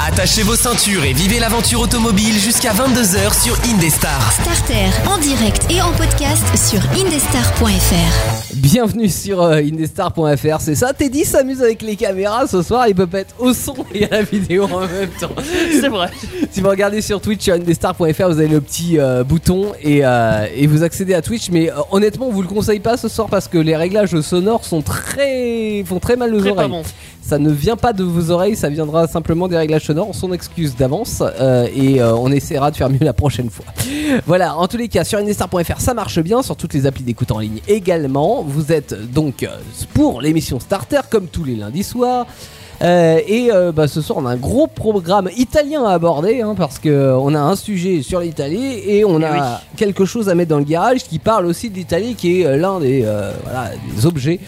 Attachez vos ceintures et vivez l'aventure automobile jusqu'à 22h sur Indestar. Starter en direct et en podcast sur indestar.fr. Bienvenue sur euh, indestar.fr, c'est ça Teddy s'amuse avec les caméras ce soir, il peut pas être au son et à la vidéo en même temps. C'est vrai. Si vous regardez sur Twitch sur indestar.fr, vous avez le petit euh, bouton et, euh, et vous accédez à Twitch, mais euh, honnêtement, on vous le conseille pas ce soir parce que les réglages sonores sont très font très mal aux Très pas oreilles. bon. Ça ne vient pas de vos oreilles, ça viendra simplement des réglages sonores. On s'en excuse d'avance euh, et euh, on essaiera de faire mieux la prochaine fois. Voilà, en tous les cas, sur indestar.fr, ça marche bien, sur toutes les applis d'écoute en ligne également. Vous êtes donc euh, pour l'émission Starter, comme tous les lundis soirs. Euh, et euh, bah, ce soir, on a un gros programme italien à aborder, hein, parce que euh, on a un sujet sur l'Italie et on Eh a oui. quelque chose à mettre dans le garage qui parle aussi de l'Italie, qui est euh, l'un des, euh, voilà, des objets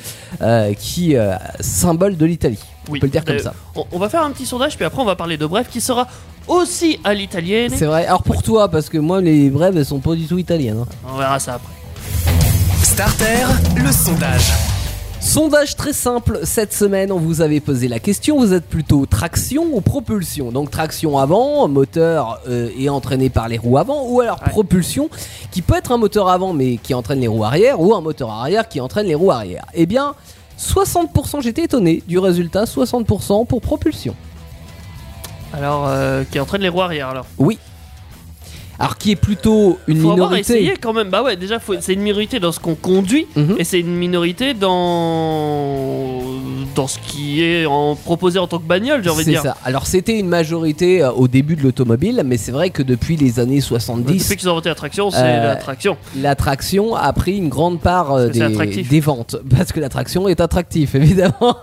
euh, qui euh, symbole de l'Italie. On Oui. peut le dire comme Euh, ça. On, on va faire un petit sondage, puis après on va parler de bref qui sera aussi à l'italienne. C'est vrai. Alors pour toi, parce que moi, les brèves, elles sont pas du tout italiennes. hein. On verra ça après. Starter, le sondage. Sondage très simple, cette semaine on vous avait posé la question, vous êtes plutôt traction ou propulsion Donc traction avant, moteur euh, et entraîné par les roues avant, ou alors Ouais. propulsion qui peut être un moteur avant mais qui entraîne les roues arrière, ou un moteur arrière qui entraîne les roues arrière. Eh bien, 60%, j'étais étonné du résultat, 60% pour propulsion. Alors, euh, qui entraîne les rois arrière alors. Alors qui est plutôt une faut avoir minorité essayé quand même. Bah ouais, déjà, faut- c'est une minorité dans ce qu'on conduit Mhm. et c'est une minorité dans dans ce qui est en- proposé en tant que bagnole, j'ai envie de C'est dire. ça. Alors c'était une majorité euh, au début de l'automobile, mais c'est vrai que depuis les années 70, Depuis qu'ils ont inventé la traction, c'est Euh, la traction. l'attraction a pris une grande part euh, Parce que c'est des, attractif. des ventes. Parce que l'attraction est attractif, évidemment.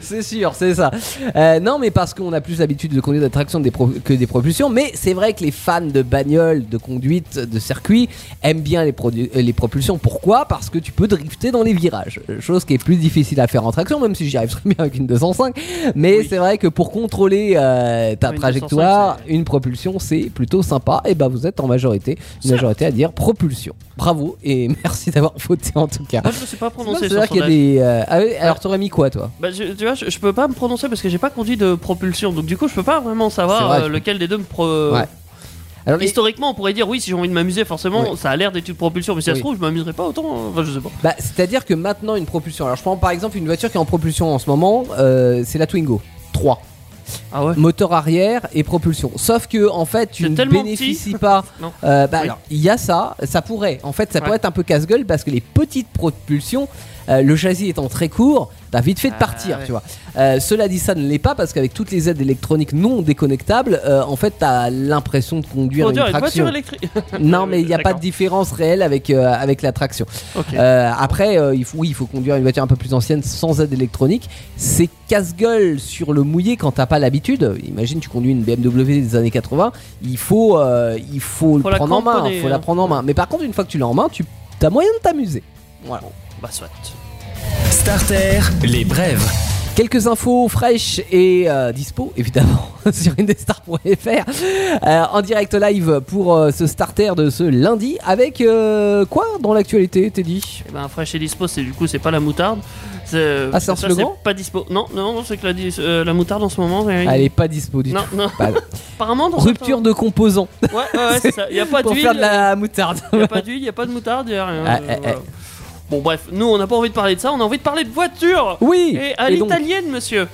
c'est sûr, c'est ça. Euh, non, mais parce qu'on a plus l'habitude de conduire d'attraction des pro- que des propulsions. Mais c'est vrai que les fans de bagnoles, de conduite, de circuit aiment bien les, produ- euh, les propulsions. Pourquoi Parce que tu peux drifter dans les virages. Chose qui est plus difficile à faire en traction, même si j'y arrive très bien avec une 205. Mais Oui. c'est vrai que pour contrôler euh, ta Oui, une 205, trajectoire, c'est- une propulsion, c'est plutôt sympa. Et bah vous êtes en majorité, une Certes. majorité à dire propulsion. Bravo et merci d'avoir voté en tout cas. Moi, Ah, je ne sais pas prononcer sur C'est-à-dire ce qu'il y a des, sondage. euh, ah oui, alors t'aurais mis quoi toi Bah, je, tu vois, je, je peux pas me prononcer parce que j'ai pas conduit de propulsion, donc du coup, je peux pas vraiment C'est savoir vrai, euh, je- lequel des deux me. pro- Ouais. Alors, les- Historiquement, on pourrait dire oui, si j'ai envie de m'amuser, forcément, ça a l'air d'être une propulsion, mais si ça Oui. se trouve, je m'amuserais pas autant. hein. Enfin, je sais pas. bah, c'est-à-dire que maintenant une propulsion. Alors je prends par exemple une voiture qui est en propulsion en ce moment, euh, c'est la Twingo 3, Ah ouais. moteur arrière et propulsion. Sauf que en fait tu C'est ne tellement bénéficies pas. Non. Euh, bah Oui. alors il y a ça, ça pourrait. En fait ça pourrait Ouais. être un peu casse-gueule parce que les petites propulsions, euh, le châssis étant très court, t'as vite fait de Ah, partir, ouais. tu vois. Euh, cela dit, ça ne l'est pas parce qu'avec toutes les aides électroniques non déconnectables, euh, en fait, t'as l'impression de conduire, Conduire une une traction. voiture électrique. non, mais il n'y a pas de D'accord. différence réelle avec euh, avec la traction. Ok. Euh, après, euh, il faut, oui, il faut conduire une voiture un peu plus ancienne sans aide électronique. C'est casse-gueule sur le mouillé quand t'as pas l'habitude. Imagine, tu conduis une BMW des années 80. Il faut, euh, il faut, le la prendre en main. cramponner, Faut la hein. prendre en main. Mais par contre, une fois que tu l'as en main, tu as moyen de t'amuser. Voilà. Bah soit. Starter, les brèves. Quelques infos fraîches et euh, dispo, évidemment, sur indestar.fr euh, en direct live pour euh, ce starter de ce lundi avec euh, quoi dans l'actualité, Teddy Eh ben, fraîche et dispo, c'est du coup, c'est pas la moutarde. C'est, euh, Ah, c'est un ça, slogan Pas dispo. Non, non, non, c'est que la, dis- euh, la moutarde en ce moment. euh, Elle est pas dispo du Non, tout. non. Bah, Apparemment, dans rupture de composants certains- Ouais, ouais, ouais, c'est ça. Y a pas pour d'huile. faire de la moutarde. Y a pas d'huile, y a pas de moutarde, y a rien. Ah, euh, eh, eh. voilà. Bon, bref, nous, on n'a pas envie de parler de ça. On a envie de parler de voiture. Oui Et à et donc- l'italienne, monsieur.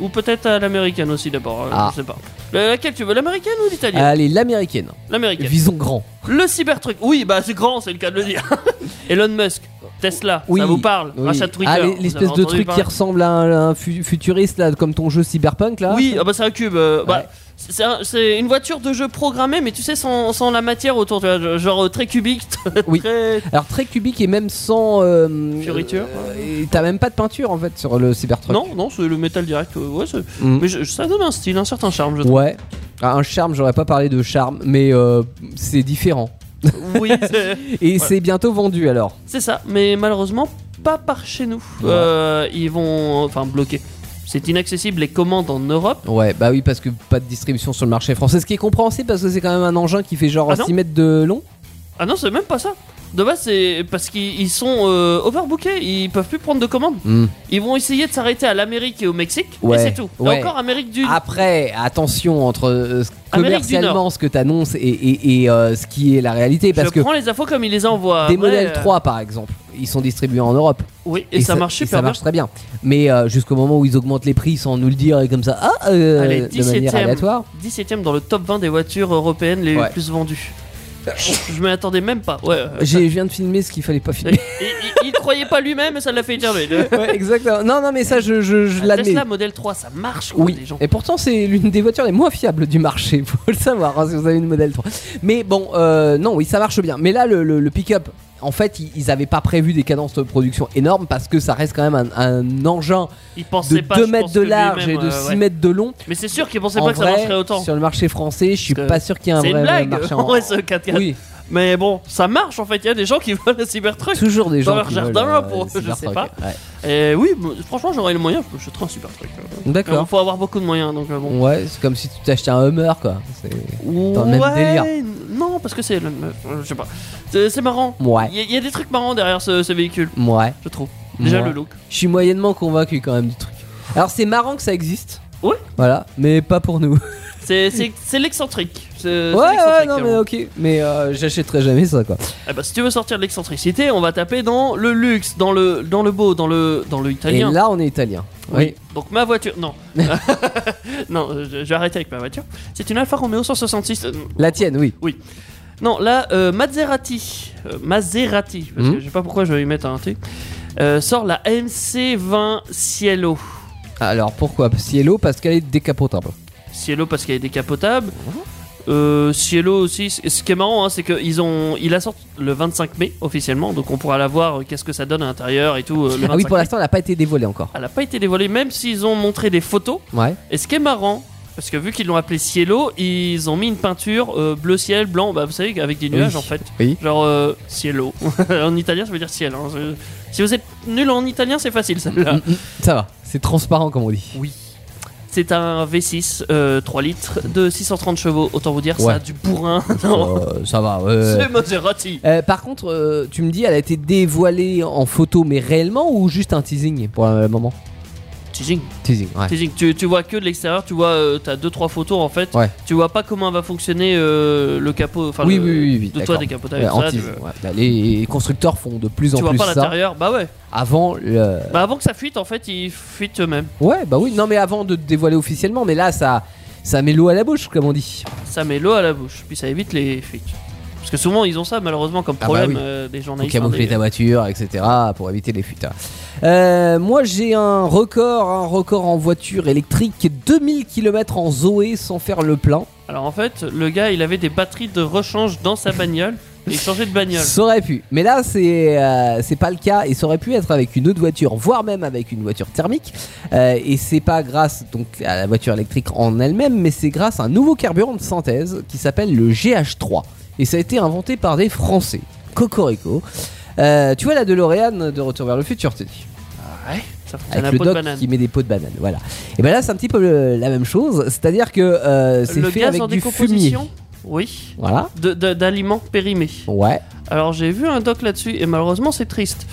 Ou peut-être à l'américaine aussi d'abord. euh, Ah. Je sais pas. Le- laquelle tu veux, l'américaine ou l'italienne Allez, l'américaine. L'américaine. Visons grand. Le cybertruc. Oui, bah c'est grand, c'est le cas de le dire. Elon Musk, Tesla, Oui, ça vous parle oui. Rachat Twitter. Ah, vous les- avez l'espèce de entendu truc qui parler ressemble à un, un fu- futuriste là, comme ton jeu cyberpunk là. Oui, ah bah c'est un cube. euh, bah, Ouais. c'est un- C'est une voiture de jeu programmée, mais tu sais, sans, sans la matière autour, tu vois, genre euh, très cubique, très. Oui. Alors très cubique et même sans. euh, Fioriture. euh, et T'as même pas de peinture en fait sur le cybertruck. Non, non, c'est le métal direct. euh, ouais, c'est- Mm. mais je- ça donne un style, un certain charme, je trouve. Ouais. Ah, Un charme, j'aurais pas parlé de charme, mais euh, c'est différent. Oui, c'est- Et Ouais. c'est bientôt vendu alors. c'est ça, mais malheureusement, pas par chez nous. Ouais. Euh, ils vont. Enfin, bloquer. C'est inaccessible les commandes en Europe. Ouais, bah oui, parce que pas de distribution sur le marché français. Ce qui est compréhensible parce que c'est quand même un engin qui fait genre Ah non 6 mètres de long. Ah non, c'est même pas ça. de base, c'est parce qu'ils ils sont euh, overbookés, ils peuvent plus prendre de commandes. Hmm. Ils vont essayer de s'arrêter à l'Amérique et au Mexique, Ouais, et c'est tout. ouais. Ah, Et encore Amérique du Après, attention entre euh, ce- Amérique du commercialement ce que t'annonces et, et, et, euh, ce qui est la réalité. Parce Je que prends les infos comme ils les envoient. des Après, modèles euh, 3, par exemple, ils sont distribués en Europe. Oui, et, ça marche et super ça bien. marche très bien. Mais euh, jusqu'au moment où ils augmentent les prix sans nous le dire et comme ça, ah, euh, Allez, de manière 17e. aléatoire. 17ème dans le top 20 des voitures européennes les Ouais. plus vendues. Je m'y attendais même pas. Ouais. euh, J'ai- Je viens de filmer ce qu'il fallait pas Il, filmer. il- il croyait pas lui-même et ça l'a fait énerver. Le- Ouais, exactement. Non, non, mais ça, je, je, je La l'admets. Tesla Model 3, ça marche quoi, Oui, les gens. et pourtant c'est l'une des voitures les moins fiables du marché, faut le savoir hein, si vous avez une modèle 3. Mais bon, euh, non, oui, ça marche bien. Mais là, le, le- le pick-up, en fait, ils- ils avaient pas prévu des cadences de production énormes parce que ça reste quand même un, un engin Il pensait de pas 2 je mètres pense de que large et lui-même, de euh, 6 ouais. mètres de long. Mais c'est sûr qu'il pensait En pas que ça vrai, marcherait autant. Sur le marché français, je suis Parce que pas sûr qu'il y ait un C'est vrai une blague, marché en en- vrai, ce 4x4. Oui, Mais bon, ça marche en fait. Il y a des gens qui veulent le Cybertruck. toujours des Dans gens leur qui jardin, veulent, euh, pour- le je sais Cybertruck, pas. ouais. Et oui, bon, franchement, j'aurais le moyen. Je trouve un Cybertruck. Il D'accord. faut avoir beaucoup de moyens. Donc, euh, bon. Ouais, c'est comme si tu t'achetais un Hummer quoi. C'est- Dans le même délire. ouais, non, parce que c'est. le- euh, Je sais pas. C'est c'est marrant. Ouais. Il y, a- il y a des trucs marrants derrière ce, ce véhicule, Ouais. je trouve. Déjà Ouais. le look. Je suis moyennement convaincu quand même du truc. Alors c'est marrant que ça existe. Ouais. Voilà, mais pas pour nous. C'est- C'est c'est l'excentrique. C'est- c'est ouais, ouais, l'excentrique, hein. non, mais clairement. ok. Mais euh, j'achèterai jamais ça, quoi. Eh ben, si tu veux sortir de l'excentricité, on va taper dans le luxe, dans le, dans le beau, dans le, dans le italien. Et là, on est italien. Oui. Donc ma voiture, non. non, euh, je, je vais arrêter avec ma voiture. C'est une Alfa Romeo 166. euh, La tienne, oui. non, la euh, Maserati. euh, Maserati, parce Mhm. que je sais pas pourquoi je vais y mettre un T. euh, sort la MC20 Cielo. Alors pourquoi Cielo parce qu'elle est décapotable. Cielo parce qu'elle est décapotable. Mhm. Euh, Cielo aussi. C- Ce qui est marrant, hein, c'est qu'ils ont, ils la sortent le 25 mai officiellement, donc on pourra la voir. euh, Qu'est-ce que ça donne à l'intérieur et tout. euh, le Ah oui, 25 pour mai. l'instant, elle n'a pas été dévoilée encore. Elle n'a pas été dévoilée, même s'ils ont montré des photos. Ouais. Et ce qui est marrant, parce que vu qu'ils l'ont appelé Cielo, ils ont mis une peinture euh, bleu ciel, blanc, bah, vous savez, avec des nuages Oui. en fait. Oui. Genre euh, Cielo. en italien, ça veut dire ciel. hein. Je- Si vous êtes nul en italien, c'est facile celle-là. Mm, mm, Ça va, c'est transparent comme on dit. Oui. C'est un V6 euh, 3 litres de 630 chevaux. Autant vous dire, Ouais. ça a du bourrin. Non. Euh, ça va. ouais, ouais. C'est Maserati. Euh, par contre, euh, tu me dis, elle a été dévoilée en photo, mais réellement ou juste un teasing pour le moment Teasing. Teasing, ouais. Teasing. Tu, tu vois que de l'extérieur, tu vois, euh, t'as 2-3 photos en fait. Ouais. Tu vois pas comment va fonctionner euh, le capot. Enfin, Oui, le- oui, oui, oui, De toi, d'accord. décapotable. Ouais, ça, en tu- teasing, ouais. Bah, Les constructeurs font de plus en tu vois plus pas ça. Euh. l'intérieur, bah ouais. Avant le, Bah avant que ça fuite, en fait, ils fuitent eux-mêmes. Ouais, bah oui, non mais avant de te dévoiler officiellement, mais là ça ça met l'eau à la bouche comme on dit. Ça met l'eau à la bouche, puis ça évite les fuites. Parce que souvent, ils ont ça, malheureusement, comme Ah bah problème oui. euh, des Pour journalistes. camoufler indés. ta voiture, etc. pour éviter les fuites. Euh, moi j'ai un record, un record en voiture électrique, 2000 km en Zoé sans faire le plein. Alors en fait, le gars, il avait des batteries de rechange dans sa bagnole, et il changeait de bagnole. Ça aurait pu, mais là c'est euh, c'est pas le cas et ça aurait pu être avec une autre voiture, voire même avec une voiture thermique. Euh, et c'est pas grâce donc à la voiture électrique en elle-même, mais c'est grâce à un nouveau carburant de synthèse qui s'appelle le GH3 et ça a été inventé par des Français. Cocorico. Euh, tu vois la DeLorean de Retour vers le futur, tu dis Ouais, ça fonctionne à avec peau le de doc banane. qui met des pots de banane, voilà. Et ben là c'est un petit peu le- la même chose, c'est-à-dire que euh, c'est Le fait gaz avec en du fumier. décomposition Oui. Voilà. De- de- D'aliments périmés. Ouais. Alors j'ai vu un doc là-dessus, et malheureusement, c'est triste.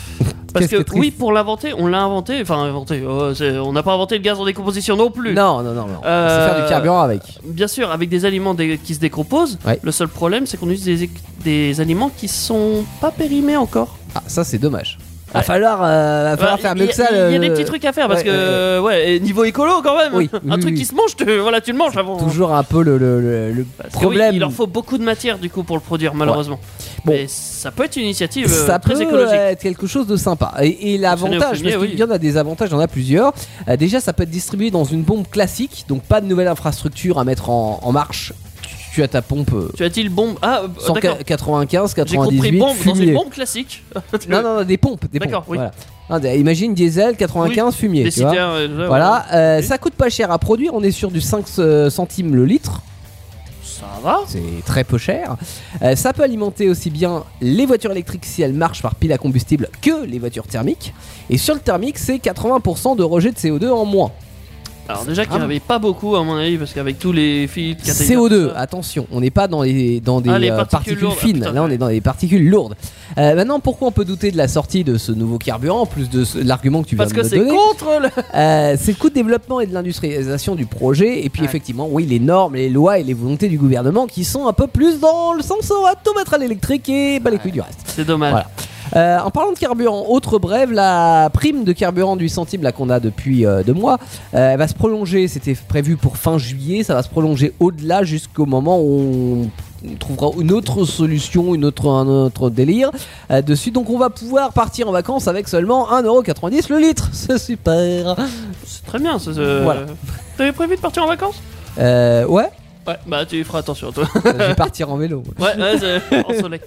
Parce Qu'est-ce qui que est triste oui, pour l'inventer, on l'a inventé. Enfin, inventé. oh, c'est- on n'a pas inventé le gaz en décomposition non plus. Non, non, non, non. On Euh, sait faire du carburant avec. Bien sûr, avec des aliments dé- qui se décomposent. Ouais. Le seul problème, c'est qu'on utilise des, des aliments qui sont pas périmés encore. Ah, ça c'est dommage. Va Ouais. falloir, euh, va falloir Bah, faire il y mieux a- que ça. Il y, a le- des petits trucs à faire parce Ouais, euh, que, ouais, et niveau écolo quand même. Oui, un oui, oui. truc qui se mange, tu, voilà, tu le manges avant. hein. Toujours un peu le, le- le- le Parce que oui, problème. il leur faut beaucoup de matière du coup pour le produire, malheureusement. Bon. Mais ça peut être une initiative euh, ça très peut écologique. être quelque chose de sympa. Et, et Fonctionner au l'avantage, fumier, parce oui. qu'il y en a des avantages, il y en a plusieurs. Euh, déjà, ça peut être distribué dans une pompe classique, donc pas de nouvelle infrastructure à mettre en, en marche. Tu, tu as ta pompe euh, Tu as dit le bombe Ah, euh, d'accord. 195, J'ai compris 98, bombe dans fumier. une bombe classique. Non, non, non, des pompes. Des D'accord, pompes, oui. voilà. Ah, d- Imagine diesel 95 fumier. Des tu vois. citernes, euh, là, Voilà, euh, Oui. ça coûte pas cher à produire, on est sur du 5 euh, centimes le litre. Ça va. c'est très peu cher. Euh, ça peut alimenter aussi bien les voitures électriques si elles marchent par pile à combustible que les voitures thermiques. Et sur le thermique, c'est 80% de rejet de CO2 en moins. Alors déjà Hein qu'il n'y en avait pas beaucoup à mon avis parce qu'avec tous les filtres catalyseurs, CO2, tout ça. attention, on n'est pas dans, les, dans des Ah, les euh, particules particules, lourdes. Ah, fines, putain, là on ouais. est dans des particules lourdes. Euh, maintenant, pourquoi on peut douter de la sortie de ce nouveau carburant, en plus de ce- de l'argument que tu viens Parce de que me c'est donner contre le. Euh, c'est le coût de développement et de l'industrialisation du projet, et puis Ouais. effectivement, oui, les normes, les lois et les volontés du gouvernement qui sont un peu plus dans le sens on va tout mettre à l'électrique et bah les couilles du reste. C'est dommage. Voilà. Euh, en parlant de carburant, autre brève, la prime de carburant de 8 centimes là qu'on a depuis euh, deux mois, euh, elle va se prolonger. C'était prévu pour fin juillet, ça va se prolonger au-delà jusqu'au moment où on trouvera une autre solution, une autre un autre délire euh, dessus. Donc on va pouvoir partir en vacances avec seulement 1,90€ le litre. C'est super. C'est très bien. Ça, ça- Voilà. T'avais prévu de partir en vacances Euh, ouais, Ouais. Bah tu feras attention toi. je vais partir en vélo. ouais. ouais c'est- en soleil.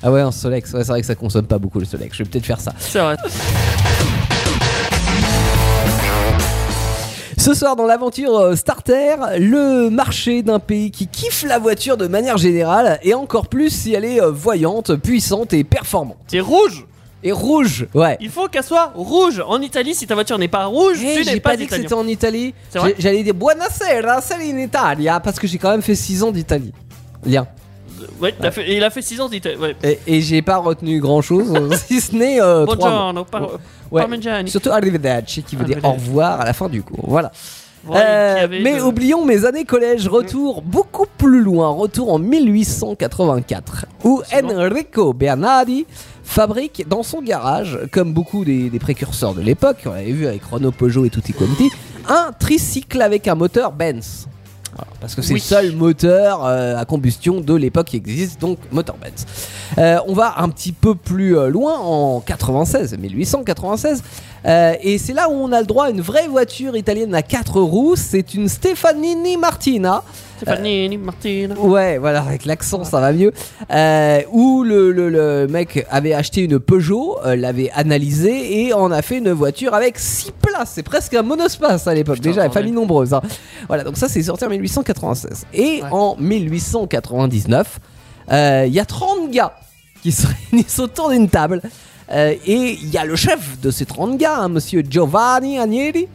Ah ouais, un Solex. Ouais, c'est vrai que ça consomme pas beaucoup le Solex. Je vais peut-être faire ça. C'est vrai. Ce soir dans l'aventure euh, Starter, le marché d'un pays qui kiffe la voiture de manière générale et encore plus si elle est euh, voyante, puissante et performante. C'est rouge. Et rouge, ouais. Il faut qu'elle soit rouge. En Italie, si ta voiture n'est pas rouge, Hey, tu Eh, j'ai n'es pas, pas, dit que italien. c'était en Italie. C'est vrai J'ai- J'allais dire Buonasera, c'est in Italia, parce que j'ai quand même fait 6 ans d'Italie. Lien. Ouais, t'as fait- il a fait 6 ans d'Italie. Ouais. Et, et j'ai pas retenu grand chose, si ce n'est euh, trois mots. Buongiorno, par... Ouais. Parmigiani. Surtout arrivederci qui veut dire au Arrivederci. revoir à la fin du cours. Voilà. Voilà, Euh, qui avait Mm. mais le- oublions mes années collège, retour beaucoup plus loin, retour en 1884, où Absolument. Enrico Bernardi fabrique dans son garage, comme beaucoup des, des précurseurs de l'époque, on l'avait vu avec Renault, Peugeot et tutti quanti, un tricycle avec un moteur Benz. Voilà, Parce que c'est Oui. le seul moteur euh, à combustion de l'époque qui existe, donc moteur Benz. Euh, on va un petit peu plus euh, loin en 96, 1896, euh, et c'est là où on a le droit à une vraie voiture italienne à quatre roues. C'est une Stefanini Martina. Stefanini, Martina. Ouais, voilà, avec l'accent, ça va mieux. Euh, où le, le- le mec avait acheté une Peugeot, euh, l'avait analysée et en a fait une voiture avec 6 places. C'est presque un monospace à l'époque. Putain, Déjà, bordel. famille nombreuse. hein. Voilà, donc ça, c'est sorti en 1896. Et Ouais. en 1899, euh, il y a 30 gars qui se réunissent autour d'une table. Euh, et il y a le chef de ces 30 gars, hein, monsieur Giovanni Agnelli,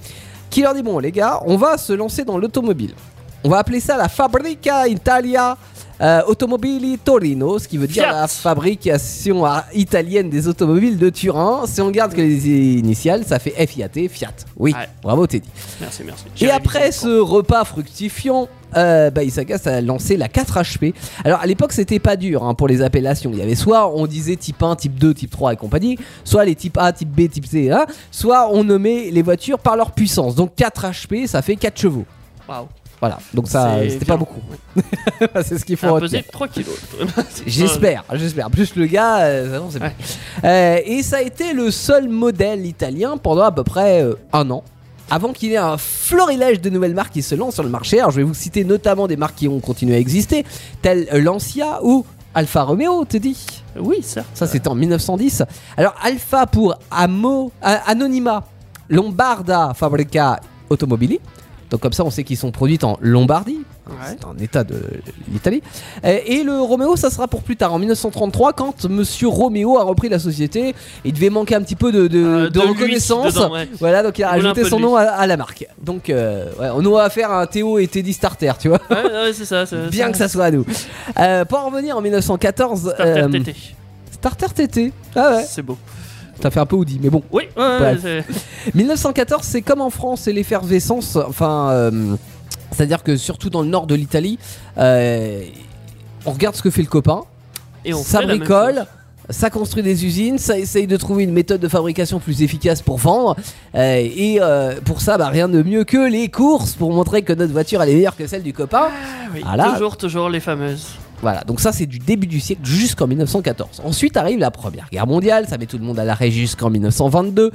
qui leur dit Bon, les gars, on va se lancer dans l'automobile. On va appeler ça la Fabrica Italia euh, Automobili Torino, ce qui veut dire Fiat. la fabrication à- italienne des automobiles de Turin. Si on regarde que les initiales, ça fait FIAT, Fiat. Oui, Ouais. bravo Teddy. Merci, merci. J'ai Et révisé après encore. ce repas fructifiant, euh, bah, Isaka a lancé la 4HP. Alors à l'époque, c'était pas dur hein, pour les appellations. Il y avait soit on disait type 1, type 2, type 3 et compagnie, soit les type A, type B, type C, hein, soit on nommait les voitures par leur puissance. Donc 4HP, ça fait 4 chevaux. Waouh. Voilà, donc ça, euh, C'est c'était pas violent. beaucoup. c'est ce qu'il faut Ça a retenir. pesé 3 kilos. J'espère, j'espère. En Plus le gars, euh, vraiment, c'est Ouais. bon. Euh, et ça a été le seul modèle italien pendant à peu près euh, un an. Avant qu'il y ait un florilège de nouvelles marques qui se lancent sur le marché. Alors je vais vous citer notamment des marques qui ont continué à exister, telles Lancia ou Alfa Romeo, te dis Oui, certes. Euh, Ça c'était en 1910. Alors Alfa pour Amo, A- Anonima, Lombarda Fabrica Automobili. Donc comme ça on sait qu'ils sont produites en Lombardie, Ouais. c'est un état de l'Italie. Euh, Et le Roméo, ça sera pour plus tard, en 1933, quand Monsieur Roméo a repris la société. Il devait manquer un petit peu de, de- Euh, de de lui reconnaissance. dedans, ouais. Voilà, donc il a Il voulait un rajouté peu son de nom à, à la marque. Donc, euh, ouais, on aura affaire à un Théo et Teddy Starter, tu vois. Ouais, ouais, c'est ça. c'est- Bien c'est- que ça soit à nous. Euh, pour en revenir en 1914, Starter euh, TT. Starter TT. Ah ouais, C'est beau. t'as fait un peu Audi, mais bon. Oui, ouais, ouais, Bref. c'est- 1914, c'est comme en France, c'est l'effervescence. Enfin, euh, c'est-à-dire que surtout dans le nord de l'Italie, euh, on regarde ce que fait le copain. Et on ça fait la même bricole, chose. ça construit des usines, ça essaye de trouver une méthode de fabrication plus efficace pour vendre. Euh, et euh, pour ça, bah, rien de mieux que les courses pour montrer que notre voiture elle est meilleure que celle du copain. Ah oui, Ah là. Toujours, toujours les fameuses. Voilà, donc ça c'est du début du siècle jusqu'en 1914. Ensuite arrive la Première Guerre mondiale, ça met tout le monde à l'arrêt jusqu'en 1922.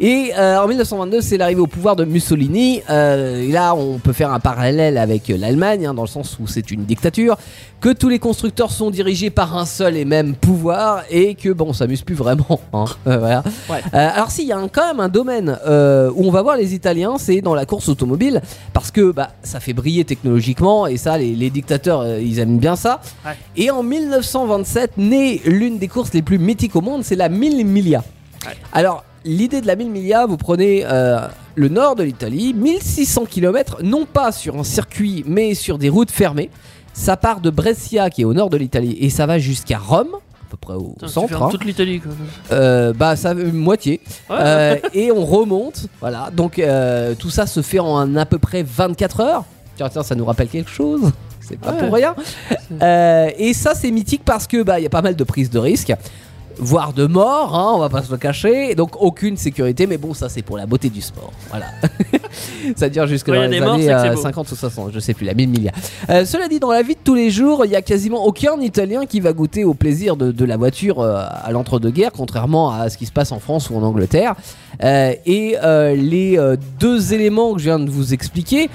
Et euh, en 1922 c'est l'arrivée au pouvoir de Mussolini. Euh, et là on peut faire un parallèle avec euh, l'Allemagne, hein, dans le sens où c'est une dictature, que tous les constructeurs sont dirigés par un seul et même pouvoir et que bon on s'amuse plus vraiment. hein. Euh, voilà. Ouais. Euh, alors si, il y a un- quand même un domaine euh, où on va voir les Italiens, c'est dans la course automobile, parce que bah, ça fait briller technologiquement, et ça, les, les dictateurs, euh, ils aiment bien ça. Ouais. Et en 1927, naît l'une des courses les plus mythiques au monde, c'est la 1000 milia. Ouais. Alors, l'idée de la 1000 milia, vous prenez euh, le nord de l'Italie, 1600 km, non pas sur un circuit, mais sur des routes fermées. Ça part de Brescia, qui est au nord de l'Italie, et ça va jusqu'à Rome, à peu près au Putain, tu centre. fermes hein. toute l'Italie quoi. Euh, bah, ça, euh, moitié. Ouais. Euh, et on remonte. Voilà. Donc euh, tout ça se fait en un à peu près 24 heures. Tiens, tiens, ça nous rappelle quelque chose. C'est pas Ouais. pour rien. Euh, et ça, c'est mythique parce que bah il y a pas mal de prises de risques, voire de morts. Hein, on va pas se le cacher. Et donc aucune sécurité. Mais bon, ça c'est pour la beauté du sport. Voilà. ça dure jusque Ouais, dans il y a les des morts, années c'est que c'est euh, beau. 50 ou 60. Je sais plus. La 1000 milliards. Euh, cela dit, dans la vie de tous les jours, il y a quasiment aucun Italien qui va goûter au plaisir de, de la voiture euh, à l'entre-deux-guerres, contrairement à ce qui se passe en France ou en Angleterre. Euh, et euh, les euh, deux éléments que je viens de vous expliquer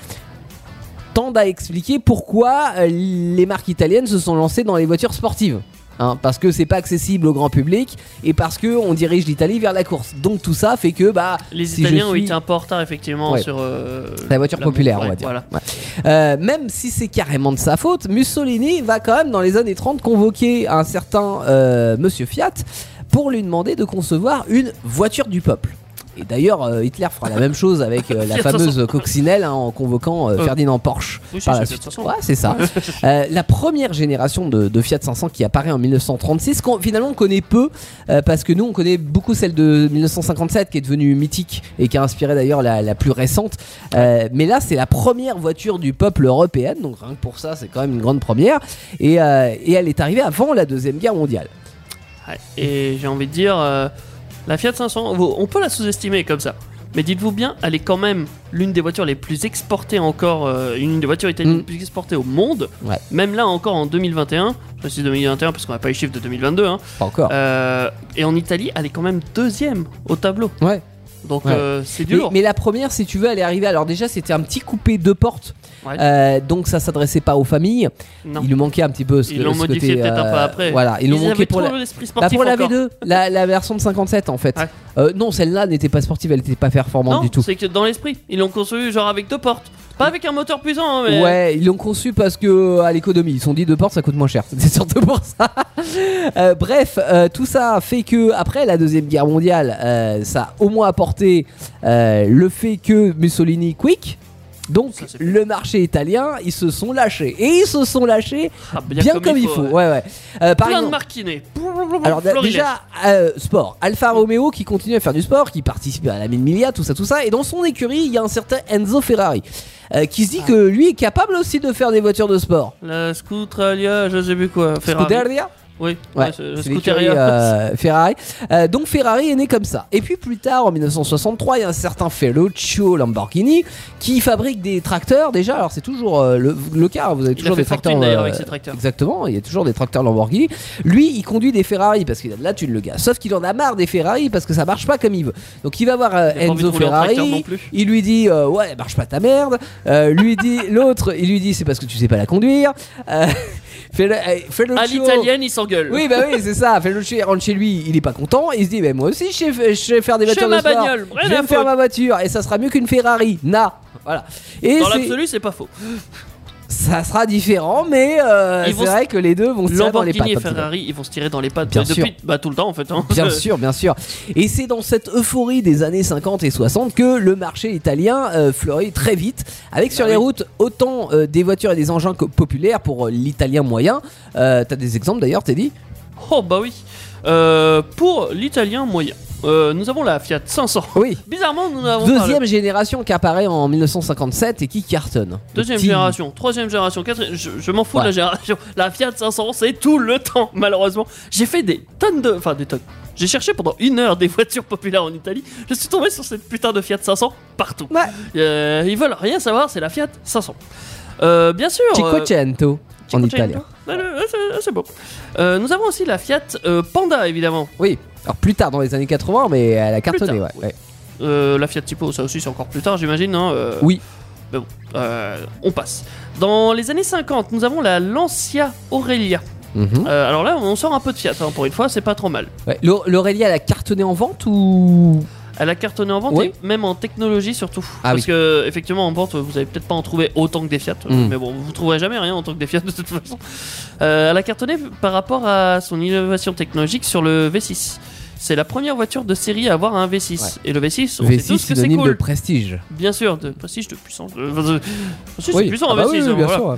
tendent à expliquer pourquoi euh, les marques italiennes se sont lancées dans les voitures sportives. Hein, parce que c'est pas accessible au grand public et parce que on dirige l'Italie vers la course. Donc tout ça fait que bah Les si je Italiens ont suis- été un peu en retard effectivement Ouais. sur euh, La voiture populaire, on va ouais, dire. Voilà. Euh, même si c'est carrément de sa faute, Mussolini va quand même dans les années 30 convoquer un certain euh, monsieur Fiat pour lui demander de concevoir une voiture du peuple. Et d'ailleurs, euh, Hitler fera la même chose avec euh, la Fiat fameuse 500. coccinelle hein, en convoquant euh, Euh. Ferdinand Porsche. Oui, c'est par la ça, suite. 500. Ouais, c'est ça. Euh, la première génération de, de Fiat 500 qui apparaît en 1936, qu'on finalement on connaît peu, euh, parce que nous on connaît beaucoup celle de 1957 qui est devenue mythique et qui a inspiré d'ailleurs la, la plus récente. Euh, mais là, c'est la première voiture du peuple européen, donc rien que pour ça, c'est quand même une grande première. Et, euh, et elle est arrivée avant la Deuxième Guerre mondiale. Ouais. Et j'ai envie de dire, euh, la Fiat 500, vous- on peut la sous-estimer comme ça. Mais dites-vous bien, elle est quand même l'une des voitures les plus exportées encore, euh, une des voitures italiennes Mm. les plus exportées au monde. Ouais. Même là encore en 2021, je précise 2021 parce qu'on n'a pas les chiffres de 2022. hein. Pas encore. Euh, et en Italie, elle est quand même deuxième au tableau. Ouais. Donc Ouais. euh, c'est du Mais, lourd. mais la première, si tu veux, elle est arrivée. Alors déjà, c'était un petit coupé deux portes, Ouais. Euh, donc ça s'adressait pas aux familles. Non. Il lui manquait un petit peu. Ce, Ils l'ont ce modifié côté, peut-être un euh, peu après. Voilà, ils l'ont avaient manqué pour trop la. l'esprit Bah, sportif pour la encore. V2, la, la version de 57 en fait. Ouais. Euh, non, celle-là n'était pas sportive, elle n'était pas performante Non, du tout. c'est que dans l'esprit, ils l'ont conçu genre avec deux portes. Pas avec un moteur puissant, hein, mais... Ouais, ils l'ont conçu parce que euh, à l'économie, ils se sont dit deux portes ça coûte moins cher. C'est surtout pour ça. Euh, bref, euh, tout ça fait que après la deuxième guerre mondiale, euh, ça a au moins apporté euh, le fait que Mussolini quick. Donc Ça, c'est le marché italien, ils se sont lâchés et ils se sont lâchés Ah, bien, bien, comme, il faut. ouais. Ouais ouais. Euh, par Plein exemple- de marquinés. alors d- Florilège. déjà euh, sport, Alfa Romeo qui continue à faire du sport, qui participe à la mine Milia, tout ça, tout ça, et dans son écurie il y a un certain Enzo Ferrari euh, qui se dit que lui est capable aussi de faire des voitures de sport. La Scuderia, je sais plus quoi. Ferrari. Scuderia Oui, Ouais, ouais, c'est- c'est Scuderia. l'écurie, euh, Ferrari. Euh, donc Ferrari est né comme ça. Et puis plus tard, en 1963, il y a un certain Ferruccio Lamborghini qui fabrique des tracteurs. Déjà, alors c'est toujours euh, le, le cas. Vous avez Il a toujours fait des tracteurs. fortune d'ailleurs avec euh, ses tracteurs. Exactement, il y a toujours des tracteurs Lamborghini. Lui, il conduit des Ferrari parce qu'il a de la thune, le gars. Sauf qu'il en a marre des Ferrari parce que ça marche pas comme il veut. Donc il va voir euh, Il a pas envie de Enzo rouler en Ferrari. tracteur non plus. Il lui dit euh, ouais, marche pas ta merde. Euh, lui dit l'autre, il lui dit c'est parce que tu sais pas la conduire. Euh, fais le, euh, fais le À show. l'italienne, il s'engueule. Oui, bah oui, c'est ça. Ferruccio il rentre chez lui, il est pas content. Il se dit, mais moi aussi, je sais, je sais faire des Je voitures fais de ma sport. bagnole, rien je vais à me faire foutre. ma voiture et ça sera mieux qu'une Ferrari. Na, voilà. Et Dans c'est- l'absolu, c'est pas faux. ça sera différent, mais euh, Ils c'est vont se- vrai que les deux vont se tirer dans les pattes. Lamborghini et un petit peu. Ferrari, ils vont se tirer dans les pattes Bien depuis sûr. bah, tout le temps en fait. hein. Bien sûr, bien sûr. Et c'est dans cette euphorie des années 50 et 60 que le marché italien euh, fleurit très vite, avec sur Bah les oui. routes autant euh, des voitures et des engins que populaires pour euh, l'italien moyen. Euh, T'as des exemples d'ailleurs, Teddy Oh bah oui. Euh, pour l'italien moyen, euh, nous avons la Fiat 500. Oui. Bizarrement, nous n'avons pas. Deuxième génération qui apparaît en 1957 et qui cartonne. la- Deuxième Petit- génération, troisième génération, quatrième. Je, je m'en fous de Ouais. la génération. La Fiat 500, c'est tout le temps, malheureusement. J'ai fait des tonnes de. Enfin, des tonnes. J'ai cherché pendant une heure des voitures populaires en Italie. Je suis tombé sur cette putain de Fiat 500 partout. Ouais. Euh, ils veulent rien savoir, c'est la Fiat 500. Euh, bien sûr. euh, Cinquecento en Cinquecento. italien. Ouais, ouais, c'est- C'est beau. Euh, nous avons aussi la Fiat euh, Panda, évidemment. Oui. Alors plus tard dans les années 80, mais elle a cartonné. tard, ouais, ouais. Euh, la Fiat Tipo, ça aussi c'est encore plus tard, j'imagine. hein, euh, Oui. Mais bon, euh, on passe. Dans les années 50, nous avons la Lancia Aurelia. Mhm. Euh, alors là, on sort un peu de Fiat, hein, pour une fois, c'est pas trop mal. Ouais. L'Au- L'Aurélia, elle a cartonné en vente ou Elle a cartonné en vente Oui. et même en technologie surtout. Ah Parce oui. que, effectivement, en vente, vous allez peut-être pas en trouver autant que des Fiat. Mm. Mais bon, vous trouverez jamais rien en tant que des Fiat de toute façon. Euh, elle a cartonné par rapport à son innovation technologique sur le V6 c'est la première voiture de série à avoir un V6. Ouais. Et le V6, on sait V6 tous que c'est synonyme de cool. prestige. Bien sûr, de prestige, de puissance. De... enfin, de- Prestige, c'est Oui, puissant, Ah bah V6. oui, oui, hein, bien voilà. sûr.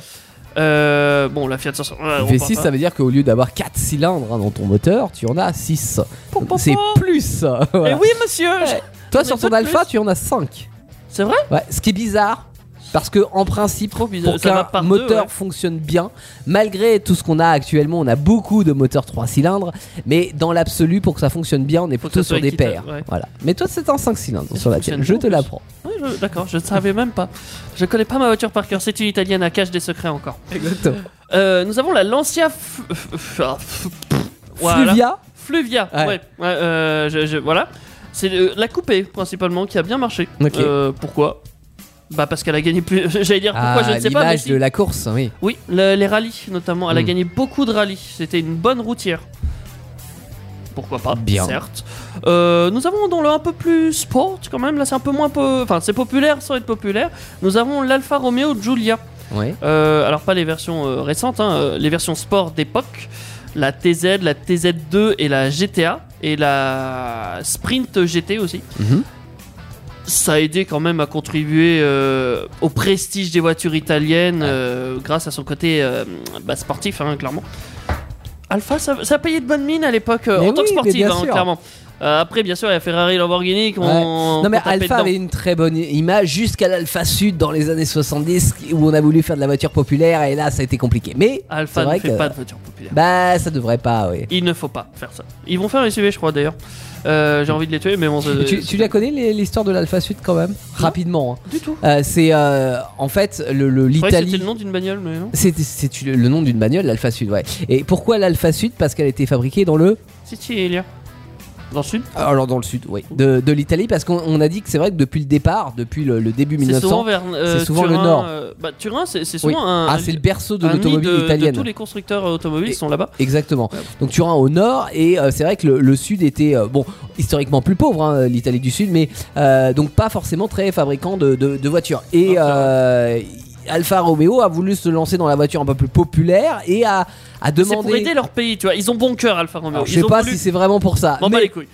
Euh, bon, la Fiat 500. voilà, on V6, parle ça veut dire qu'au lieu d'avoir 4 cylindres hein, dans ton moteur, tu en as 6. Pom, pom, C'est pom. plus. pas. Eh Voilà. oui, monsieur Toi, mais sur ton pas de Alpha, tu en as 5. C'est vrai Ouais, ce qui est bizarre, parce que en principe, Trop bizarre. pour Ça va qu'un par moteur deux, ouais. fonctionne bien, malgré tout ce qu'on a actuellement, on a beaucoup de moteurs 3 cylindres, mais dans l'absolu, pour que ça fonctionne bien, on est Faut que plutôt ça soit sur des équitable, paires. ouais. Voilà. Mais toi, c'est un 5 cylindres Et sur ça laquelle fonctionne je bien, te en plus. l'apprends. Oui, je- D'accord, je ne savais même pas. Je connais pas ma voiture par cœur. C'est une italienne à cache des secrets encore. Exactement. Euh, nous avons la Lancia. F- f- f- ah, f- voilà. Fluvia, Fluvia, Ouais. ouais. Ouais, euh, je- je- voilà. C'est euh, la coupée principalement qui a bien marché. Ok. Euh, pourquoi Bah parce qu'elle a gagné plus. J'allais dire pourquoi je à ne sais pas. mais Ah, l'image si. de la course, oui. Oui, le- les rallyes notamment. Elle a Mm. gagné beaucoup de rallyes. C'était une bonne routière. Pourquoi pas Bien. Certes. Euh, nous avons dans le un peu plus sport quand même. Là, c'est un peu moins. po- Enfin, c'est populaire sans être populaire. Nous avons l'Alfa Romeo Giulia. Ouais. Euh, alors pas les versions euh, récentes, hein, euh, les versions sport d'époque, la TZ, la TZ2 et la GTA et la Sprint GT aussi. Mhm. Ça a aidé quand même à contribuer euh, au prestige des voitures italiennes Ouais. euh, grâce à son côté euh, bah, sportif, hein, clairement. Alpha, ça, ça payait de bonnes mines à l'époque euh, en Mais tant que oui, mais sportive, bien hein, sûr. clairement. Euh, après, bien sûr, il y a Ferrari, Lamborghini qui ont- Ouais. ont Non mais tapé Alpha dedans. avait une très bonne image jusqu'à l'Alpha Sud dans les années 70 où on a voulu faire de la voiture populaire et là ça a été compliqué. Mais c'est Alpha ne vrai fait que- pas de voiture populaire. bah ça devrait pas. Oui. Il ne faut pas faire ça. Ils vont faire les SUV, je crois, d'ailleurs. Euh, J'ai envie de les tuer, mais bon. c'est- Tu, tu la connais les- l'histoire de l'Alpha Sud quand même rapidement. hein. Du tout. Euh, c'est euh, en fait le- le Je croyais que C'était l'Italie. le nom d'une bagnole, mais non. C'est c'est le le nom d'une bagnole, l'Alpha Sud, ouais. Et pourquoi l'Alpha Sud Parce qu'elle a été fabriquée dans le Sicilia. Dans le sud. alors dans le sud, oui, de, de l'Italie, parce qu'on on a dit que c'est vrai que depuis le départ, depuis le, le début C'est 1900, souvent vers. euh, c'est souvent le Turin, nord. euh, bah, Turin, c'est c'est Oui. souvent un. ah c'est le berceau de un nid l'automobile de- italienne. De tous les constructeurs automobiles Et- ils sont là-bas. Exactement. Donc Turin au nord et euh, c'est vrai que le, le sud était euh, bon historiquement plus pauvre hein, l'Italie du sud, mais euh, donc pas forcément très fabricant de, de- de voitures. Et Ah, euh, Alfa Romeo a voulu se lancer dans la voiture un peu plus populaire et a, a C'est pour aider demandé. leur pays, tu vois. Ils ont bon cœur, Alfa Romeo. Alors, je Ils sais ont pas voulu- bah, si c'est vraiment pour ça. M'en bats mais les couilles.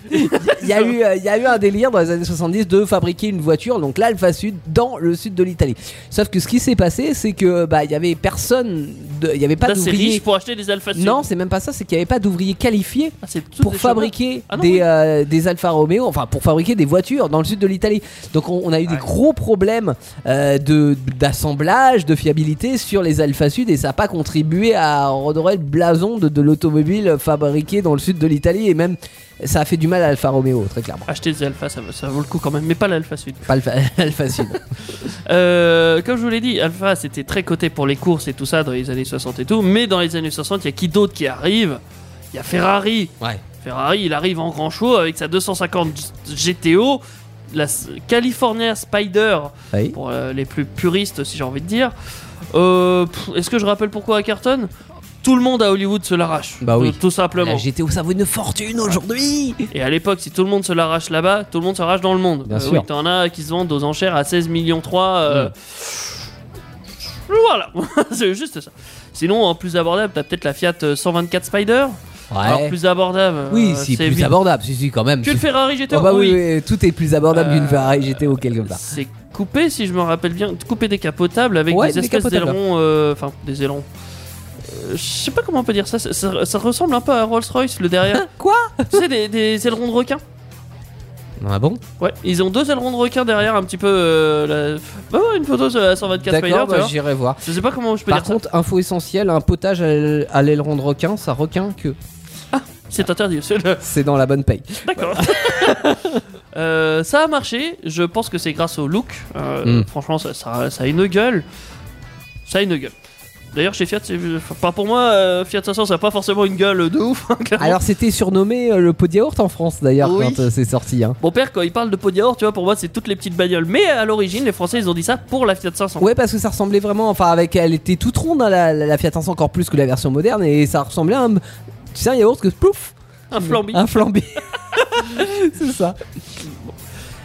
il y, a eu, euh, il y a eu un délire dans les années 70 de fabriquer une voiture, donc l'Alfa Sud, dans le sud de l'Italie. Sauf que ce qui s'est passé, c'est que bah il y avait personne, de- il y avait pas Là, c'est riche d'ouvriers. pour acheter des Alfa Sud. Non, c'est même pas ça, c'est qu'il y avait pas d'ouvriers qualifiés Ah, c'est tous pour des chômeurs. fabriquer Ah non, des, oui. euh, des Alfa Romeo, enfin pour fabriquer des voitures dans le sud de l'Italie. Donc on, on a eu des gros problèmes euh, de d'assemblage, de fiabilité sur les Alfa Sud et ça n'a pas contribué à redorer le blason de, de l'automobile fabriquée dans le sud de l'Italie et même ça a fait du mal à Alfa Romeo très clairement. Acheter des Alfa, ça, vaut- ça vaut le coup quand même, mais pas l'Alfa Sud. Pas Alfa, Alfa Sud. Euh, comme je vous l'ai dit, Alpha c'était très coté pour les courses et tout ça dans les années 60 et tout, mais dans les années 60, il y a qui d'autre qui arrive Il y a Ferrari. Ouais. Ferrari, il arrive en grand show avec sa 250 GTO, la S- California Spider Oui. pour euh, les plus puristes, si j'ai envie de dire. Euh, pff, Est-ce que je rappelle pourquoi à Carton Tout le monde à Hollywood se l'arrache. Bah oui. Tout- Tout simplement. La GTO ça vaut une fortune aujourd'hui. Et à l'époque, si tout le monde se l'arrache là-bas, tout le monde se l'arrache dans le monde. Bien Euh, sûr. Oui, t'en as qui se vendent aux enchères à 16 millions 3. euh, Voilà, c'est juste ça. Sinon, en plus abordable, t'as peut-être la Fiat 124 Spider. Ouais. Alors plus abordable. euh, oui, si c'est plus vite- abordable, si si quand même. Que le Ferrari GTO. Oh bah oui, oui, tout est plus abordable qu'une Euh, Ferrari GTO quelque part. C'est coupé, si je me rappelle bien, coupé décapotable avec Ouais, des espèces décapotable. d'ailerons. euh, Enfin, des ailerons. Euh, Je sais pas comment on peut dire ça. Ça, ça- ça ressemble un peu à Rolls-Royce le derrière. Quoi tu sais, des, des ailerons de requin. Ah bon Ouais, ils ont deux ailerons de requin derrière, un petit peu. Euh, la... Bah ouais, une photo sur la 124 Spider, D'accord, tu bah, vois. j'irai voir. Je sais pas comment je peux Par dire contre, info essentielle, un potage à l'aileron- à l'aileron de requin, ça requin que ça. C'est interdit. c'est le- c'est dans la bonne paye. D'accord. Euh, ça a marché. Je pense que c'est grâce au look. Euh, Mm. Franchement, ça, ça- ça a une gueule. Ça a une gueule. D'ailleurs, chez Fiat, c'est- enfin, pour moi, euh, Fiat 500, ça a pas forcément une gueule de ouf. hein, clairement. Alors, c'était surnommé euh, le pot de yaourt en France d'ailleurs Oui. quand euh, c'est sorti. hein. Mon père, quand il parle de Podior, tu vois, pour moi, c'est toutes les petites bagnoles. Mais à l'origine, les Français, ils ont dit ça pour la Fiat 500. Ouais, parce que ça ressemblait vraiment, enfin, avec elle était toute ronde, hein, la, la- la Fiat 500 encore plus que la version moderne, et ça ressemblait à un. Tu sais, un yaourt que plouf Un flambi. Un flambé C'est ça.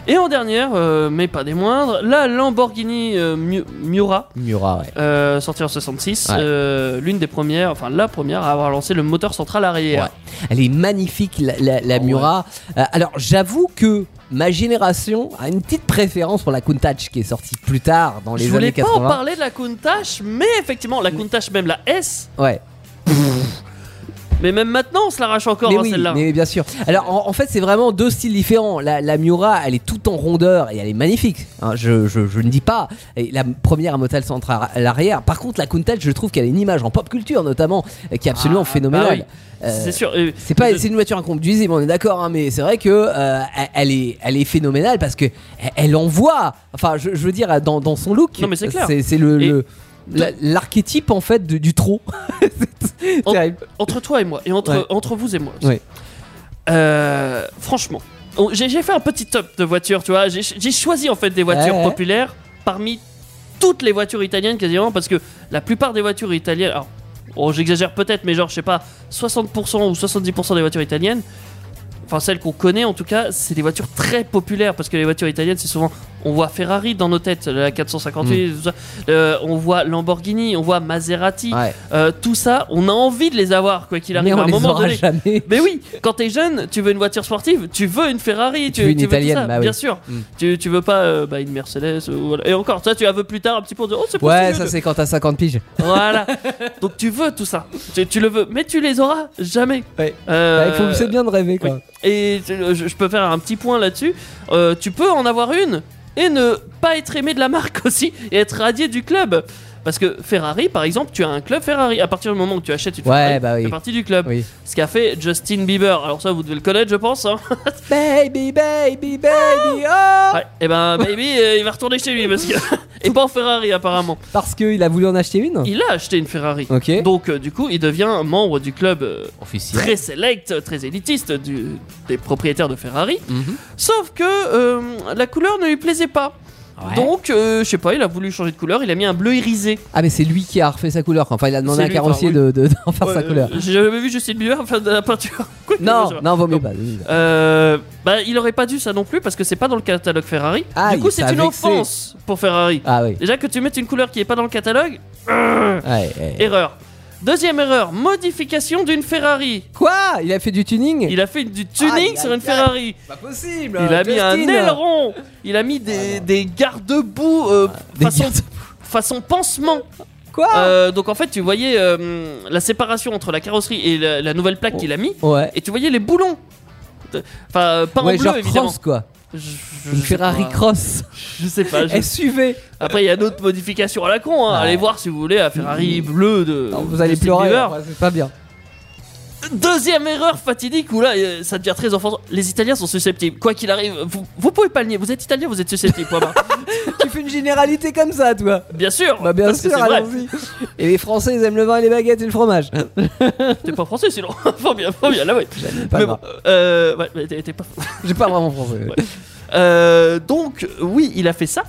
Et en dernière, euh, mais pas des moindres, la Lamborghini euh, Miu- Miura, Miura, ouais. euh, sortie en 66, Ouais. euh, l'une des premières, enfin la première à avoir lancé le moteur central arrière. Elle est magnifique, la, la- la Oh, Mura. Euh, alors, j'avoue que ma génération a une petite préférence pour la Countach qui est sortie plus tard dans les Je années voulais pas 80. en parler de la Countach, mais effectivement, la Countach, même la S, Ouais. mais même maintenant, on se l'arrache encore, Mais hein, oui, celle-là. mais bien sûr. Alors, en, en fait, c'est vraiment deux styles différents. La, la Miura, elle est tout en rondeur et elle est magnifique. hein, je, je- je ne dis pas. Et la première à motel centre à à l'arrière. Par contre, la Countach, je trouve qu'elle a une image en pop culture, notamment, euh, qui est absolument Ah, phénoménale. bah oui. Euh, C'est sûr. euh, C'est pas, de- c'est une voiture inconduisible, on est d'accord, hein, mais c'est vrai que euh, elle est, elle est phénoménale parce que elle- elle envoie. Enfin, je, je veux dire dans, dans son look. Non, mais c'est clair. C'est le, Et- le- la- l'archétype en fait de- du trop. C'est En- terrible. entre toi et moi, et entre, Ouais. entre vous et moi. aussi. Ouais. Euh, franchement, on- j'ai j'ai fait un petit top de voitures, tu vois. J'ai j'ai choisi en fait des voitures Ouais. populaires parmi toutes les voitures italiennes quasiment, parce que la plupart des voitures italiennes, alors, oh, j'exagère peut-être, mais genre, je sais pas, 60% ou 70% des voitures italiennes, enfin celles qu'on connaît en tout cas, c'est des voitures très populaires, parce que les voitures italiennes, c'est souvent, on voit Ferrari dans nos têtes, la 458, tout ça. Euh, on voit Lamborghini, on voit Maserati, Mm. Ouais. euh, tout ça, on a envie de les avoir, quoi qu'il Mais arrive, on à un les moment aura donné. jamais. Mais oui, quand t'es jeune, tu veux une voiture sportive, tu veux une Ferrari, tu, veux une tu tout italienne, ça, bah oui. bien sûr. Mm. Tu, tu veux pas euh, bah, une Mercedes, ou voilà. et encore, ça tu la veux plus tard un petit peu, en disant, oh c'est Ouais, possible. ça c'est quand t'as 50 Euh, piges. Voilà, donc tu veux tout ça, tu, tu le veux, mais tu les auras jamais. Ouais. Euh, Ouais, Bah, il faut c'est bien de rêver quoi. oui. Et euh, je, je peux faire un petit point là-dessus. Euh, tu peux en avoir une et ne pas être aimé de la marque aussi et être radié du club. Parce que Ferrari, par exemple, tu as un club Ferrari. À partir du moment où tu achètes une Ouais, Ferrari, bah oui. tu fais partie du club. Oui. Ce qu'a fait Justin Bieber. Alors ça, vous devez le connaître, je pense. hein. Baby, baby, baby, oh Ouais. Et ben, baby, euh, il va retourner chez lui parce que et pas en Ferrari apparemment. Parce qu'il a voulu en acheter une. Il a acheté une Ferrari. Ah. Ok. Donc euh, du coup, il devient membre du club euh, Officiel. très select, très élitiste du- des propriétaires de Ferrari. Mhm. Sauf que euh, la couleur ne lui plaisait pas. Ouais. Donc, euh, je sais pas, il a voulu changer de couleur, il a mis un bleu irisé. Ah mais c'est lui qui a refait sa couleur. quoi. Enfin, il a demandé C'est à un lui, carrossier enfin, de, de- d'en faire sa Euh, couleur. J'ai jamais vu Justin Bieber faire de la peinture. Quoi que Non, je sais pas. non, vaut mieux Donc, pas. euh, bah, il aurait pas dû ça non plus parce que c'est pas dans le catalogue Ferrari. Aïe, du coup, ça c'est a une vexé. offense pour Ferrari. Ah oui. Déjà que tu mettes une couleur qui est pas dans le catalogue, Ouais, ouais. erreur. Deuxième erreur, modification d'une Ferrari. Quoi Il a fait du tuning Il a fait du tuning Aïe, sur aïe, une Ferrari. Pas possible Il a mis un aileron Il a mis des, des garde-boue euh, Des façon, garde- façon pansement. Quoi Euh, donc en fait, tu voyais euh, la séparation entre la carrosserie et la, la nouvelle Oh. plaque qu'il a mis, Ouais. et tu voyais les boulons. De- Enfin, euh, pas ouais, en bleu genre évidemment. cross quoi. Je- je- Une je sais Ferrari pas. cross. Je sais pas. je- SUV. Après, il y a d'autres modifications à la con. hein. Ouais. Allez voir si vous voulez à Ferrari bleue de. Ah. Non, vous allez Justin pleurer. Bieber. ouais, c'est pas bien. Deuxième erreur fatidique où là, euh, ça devient très enfant. Les Italiens sont susceptibles. Quoi qu'il arrive, vous, vous pouvez pas le nier. Vous êtes Italien, vous êtes susceptible. point barre. tu fais une généralité comme ça, toi. Bien sûr. Bah bien parce que sûr, c'est vrai. allons-y. Et les Français, ils aiment le vin et les baguettes et le fromage. T'es pas français sinon. faut bien, faut bien. Là ouais. J'aime pas mais le bon, vin. euh, ouais, mais t'es- t'es pas J'ai pas vraiment français. ouais. Euh, donc oui, il a fait ça,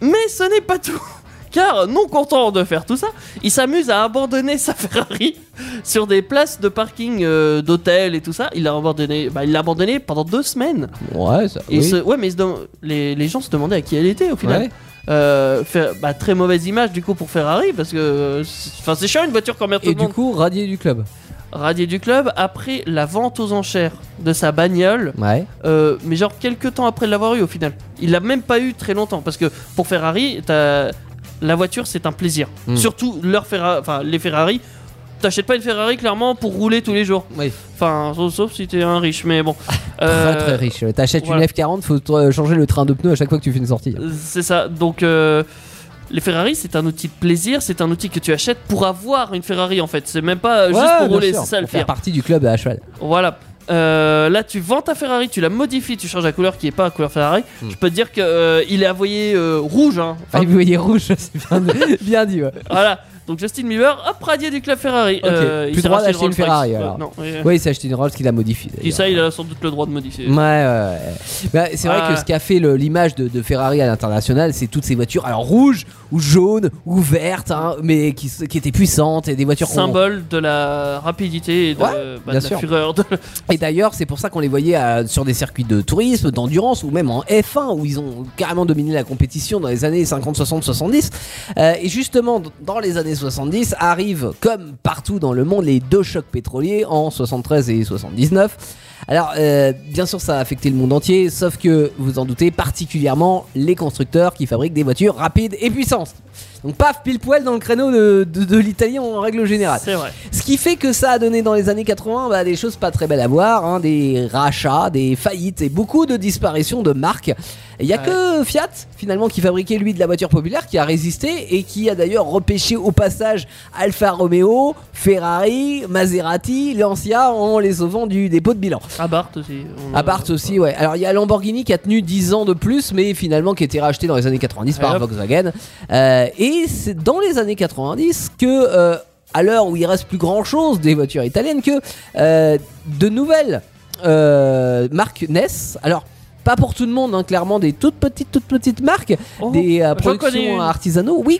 mais ce n'est pas tout. Car non content de faire tout ça, il s'amuse à abandonner sa Ferrari sur des places de parking euh, d'hôtels et tout ça. Il l'a abandonné, bah, il l'a abandonné pendant deux semaines. Ouais, ça. Et oui. se- ouais, mais il se dem- les, les gens se demandaient à qui elle était au final. Ouais. Euh, Fer- bah, très mauvaise image du coup pour Ferrari parce que euh, c'est- enfin c'est chiant une voiture quand même tout Et le du monde. coup, radié du club. Radié du club après la vente aux enchères de sa bagnole. Ouais. Euh, mais genre quelques temps après l'avoir eu au final. Il l'a même pas eu très longtemps parce que pour Ferrari, t'as- la voiture c'est un plaisir. Mm. Surtout leur Ferra- enfin les Ferrari. T'achètes pas une Ferrari clairement pour rouler tous les jours. Oui. Enfin, sauf, sauf si t'es un riche, mais bon. Très Euh, très riche. T'achètes voilà. Euh, une F40, faut te- changer le train de pneus à chaque fois que tu fais une sortie. C'est ça. Donc euh, les Ferrari c'est un outil de plaisir, c'est un outil que tu achètes pour avoir une Ferrari en fait. C'est même pas euh, juste Ouais, pour bien rouler, sûr, c'est ça le pour faire pire. partie du club à cheval. Voilà. Euh, là, tu vends ta Ferrari, tu la modifies, tu changes la couleur qui est pas la couleur Ferrari. Hmm. Je peux te dire que euh, il est avoyé euh, rouge. Hein. Enfin, Ah, vous voyez rouge, c'est bien, bien dit. Ouais. voilà. Donc Justin Bieber, hop, radié du club Ferrari. Euh, Ok. il Plus s'est droit racheté d'acheter une Rolls-Royce. Ferrari, Ouais, alors. non, ouais. Oui, il s'est acheté une Rolls qu'il a modifiée. Et d'ailleurs. ça, il a sans doute le droit de modifier. Ouais, ouais, ouais. Bah, c'est vrai Ah. que ce qu'a fait le- l'image de, de Ferrari à l'international, c'est toutes ces voitures, alors rouges ou jaunes ou vertes, hein, mais qui, s- qui étaient puissantes et des voitures qu'on- Symbole de la rapidité et de, Ouais, bah, de bien la sûr. fureur. de- Et d'ailleurs, c'est pour ça qu'on les voyait à- sur des circuits de tourisme, d'endurance ou même en F1 où ils ont carrément dominé la compétition dans les années 50, 60, 70. Euh, et justement, d- dans les années 70, arrivent, comme partout dans le monde, les deux chocs pétroliers en 73 et 79. Alors, euh, bien sûr, ça a affecté le monde entier, sauf que, vous en doutez, particulièrement les constructeurs qui fabriquent des voitures rapides et puissantes. Donc, paf, pile poil dans le créneau de, de- de l'Italie en règle générale. C'est vrai. Ce qui fait que ça a donné dans les années 80 bah, des choses pas très belles à voir, hein, des rachats, des faillites et beaucoup de disparitions de marques. Il y a Ouais. que Fiat finalement qui fabriquait lui de la voiture populaire qui a résisté et qui a d'ailleurs repêché au passage Alfa Romeo, Ferrari, Maserati, Lancia en les sauvant du dépôt de bilan. Abarth aussi. on- Abarth Mmh. aussi, ouais. Alors il y a Lamborghini qui a tenu 10 ans de plus, mais finalement qui a été racheté dans les années 90 par Et hop. Volkswagen. Euh, et c'est dans les années 90 que, euh, à l'heure où il reste plus grand chose des voitures italiennes, que euh, de nouvelles euh, marques naissent. Alors. Pas pour tout le monde, hein, clairement des toutes petites, toutes petites marques, Oh, des Bah. euh, j'en connais productions une. artisanaux. Oui,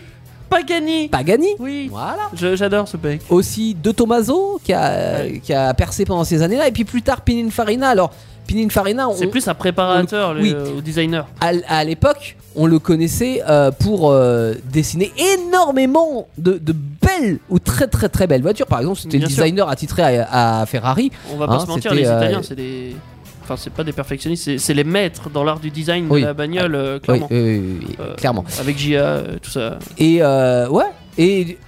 Pagani. Pagani. Oui. Voilà Je- J'adore ce mec. aussi De Tomaso qui a, Ouais. qui a percé pendant ces années-là, et puis plus tard Pininfarina. Alors, Pininfarina, on, C'est plus un préparateur le- Oui. au designer. à, l- à l'époque, on le connaissait euh, pour euh, dessiner énormément de, de belles ou très très très belles voitures. Par exemple, c'était le Bien sûr. designer attitré à, à Ferrari. On va pas Hein, se mentir, c'était, les euh, Italiens, c'est des. Enfin, c'est pas des perfectionnistes, c'est- c'est les maîtres dans l'art du design Oui. de la bagnole, euh, Oui, clairement. oui, oui, oui, Euh, clairement. Avec JA, euh, tout ça. Et euh, ouais, et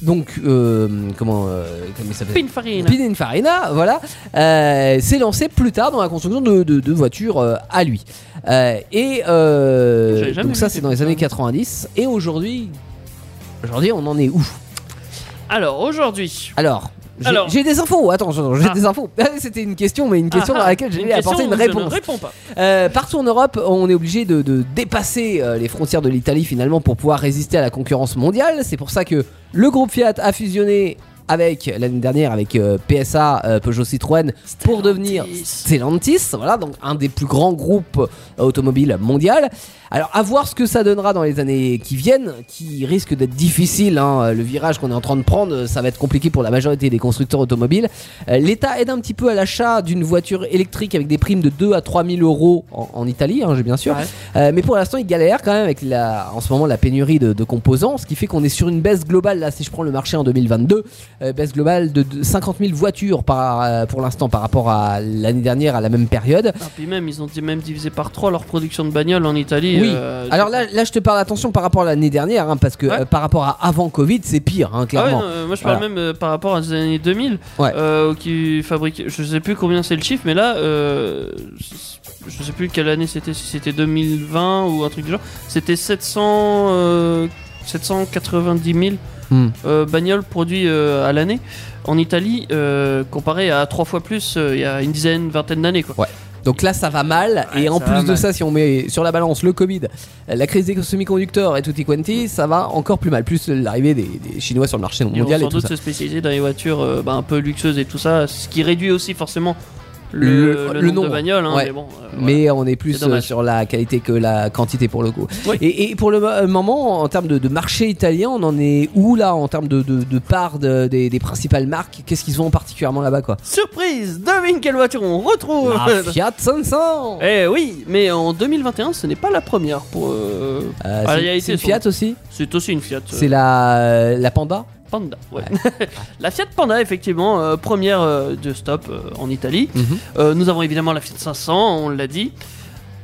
donc, euh, comment, euh, comment il s'appelle Pininfarina. Pininfarina, voilà, euh, s'est lancé plus tard dans la construction de, de- de voitures euh, à lui. Euh, et euh, J'avais jamais donc vu ça, ces c'est dans les années putains. 90. Et aujourd'hui, aujourd'hui, on en est où Alors aujourd'hui, Alors, j'ai- Alors. j'ai des infos. Attends, attends, j'ai Ah. des infos. C'était une question, mais une question Ah, ah, à laquelle j'ai question apporté une où je ne réponse. réponds pas. Euh, partout en Europe, on est obligé de, de dépasser euh, les frontières de l'Italie finalement pour pouvoir résister à la concurrence mondiale. C'est pour ça que le groupe Fiat a fusionné avec l'année dernière avec euh, PSA euh, Peugeot Citroën pour devenir Ah, Stellantis, voilà donc un des plus grands groupes euh, automobiles mondial. Alors à voir ce que ça donnera dans les années qui viennent, qui risque d'être difficile. hein. Le virage qu'on est en train de prendre, euh, ça va être compliqué pour la majorité des constructeurs automobiles. Euh, L'État aide un petit peu à l'achat d'une voiture électrique avec des primes de 2 à 3 000 euros en, en Italie, hein, j'ai bien sûr. Ouais. Euh, mais pour l'instant, il galère quand même avec la, en ce moment la pénurie de, de composants, ce qui fait qu'on est sur une baisse globale. Là, si je prends le marché en 2022, euh, baisse globale de, de 50 000 voitures par, euh, pour l'instant par rapport à l'année dernière à la même période. Ah, puis même, ils ont dit- même divisé par 3 leur production de bagnoles en Italie. Oui. euh, Alors tu- là, là, je te parle attention par rapport à l'année dernière, hein, parce que Ouais. euh, par rapport à avant Covid, c'est pire, hein, Ah ouais, clairement. non, euh, moi je parle Voilà. même euh, par rapport à des années 2000 Ouais. euh, qui fabriquaient, je sais plus combien c'est le chiffre, mais là, euh, je sais plus quelle année c'était, si c'était 2020 ou un truc du genre, c'était 700, euh, 790 000 Hmm. euh, bagnoles produites euh, à l'année en Italie, euh, comparé à trois fois plus euh, il y a une dizaine, vingtaine d'années quoi. Donc là, ça va mal. Ouais, et en ça plus va de mal. ça, si on met sur la balance le Covid, euh, la crise des semi-conducteurs et tutti quanti, ça va encore plus mal. Plus l'arrivée des, des Chinois sur le marché Ils vont mondial et sans tout doute ça. se spécialiser dans les voitures euh, bah, un peu luxueuses et tout ça, ce qui réduit aussi forcément Le- le, le le nombre, nombre. de bagnoles. hein, Ouais. Mais bon, euh, voilà. Mais on est plus C'est dommage. euh, sur la qualité que la quantité pour le coup. Oui. Et, et pour le mo- euh, moment, en termes de, de marché italien, on en est où là en termes de, de- de part de- des, des principales marques Qu'est-ce qu'ils ont particulièrement là-bas quoi Surprise Devine quelle voiture on retrouve La Fiat 500 Eh oui, mais en 2021, ce n'est pas la première pour. euh, Euh, Ah, c'est- il y a c'est été une son- Fiat aussi C'est aussi une Fiat. euh, C'est la, euh, la Panda Panda. ouais. la Fiat Panda, effectivement, euh, première euh, de stop euh, en Italie. Euh, nous avons évidemment la Fiat 500, on l'a dit.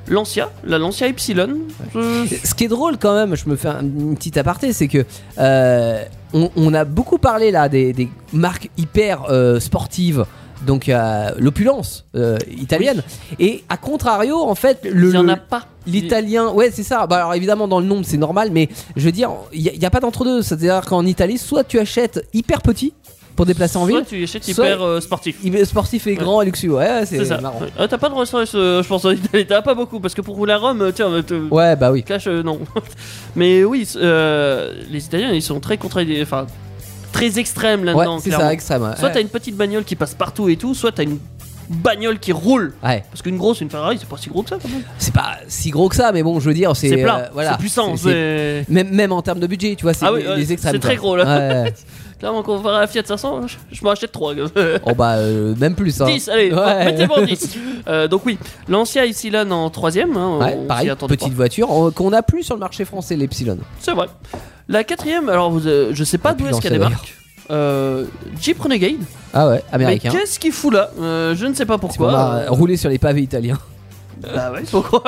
Lancia, la Lancia Ypsilon. euh, Ce qui est drôle quand même, je me fais un- une petite aparté, c'est que euh, on, on a beaucoup parlé là des, des marques hyper euh, sportives, donc euh, l'opulence euh, italienne. Et à contrario, en fait, il le, n'y en a pas. L'italien, ouais, c'est ça. Bah, alors évidemment, dans le nombre, c'est normal, mais je veux dire, il n'y a, pas d'entre-deux. C'est-à-dire qu'en Italie, soit tu achètes hyper petit pour déplacer en Soit ville, tu achètes soit- hyper euh, sportif. hyper sportif et grand et luxueux. Ouais, ouais, c'est C'est ça. marrant. Ouais. Ah, t'as pas de Rolls Royce, euh, je pense, en Italie. T'as pas beaucoup, parce que pour rouler à Rome, euh, tiens, euh, te- Ouais, bah oui. Clash, euh, non. Mais oui, c- euh, les Italiens, ils sont très contrariés. Enfin, très extrême Ouais, là-dedans. c'est clairement. ça, extrême. ouais. Soit t'as une petite bagnole qui passe partout et tout, soit t'as une bagnole qui roule. Ouais. Parce qu'une grosse, une Ferrari, c'est pas si gros que ça quand même. C'est pas si gros que ça, mais bon, je veux dire, c'est. C'est euh, plat, voilà. c'est puissant. C'est- c'est- c'est- Même, même en termes de budget, tu vois, c'est Ah oui, les, ouais, les extrêmes. c'est très quoi. gros, là. Ouais. Clairement, comparé à la Fiat 500, je, je m'en achète 3. oh bah, euh, même plus. Hein. 10, allez, Ouais. mettez-moi 10. Euh, donc, oui, l'ancien Ypsilon en 3 hein, Ouais, on pareil, s'y attendait petite pas. voiture on- qu'on a plus sur le marché français, l'Epsilon. C'est vrai. La quatrième, alors vous, euh, je sais pas Ah, d'où putain, est-ce qu'elle ça, débarque. Euh, Jeep Renegade. Ah ouais, Mais américain. bah, qu'est-ce qu'il fout là Euh, Je ne sais pas on pourquoi. Euh, va rouler sur les pavés italiens. Bah ouais, pourquoi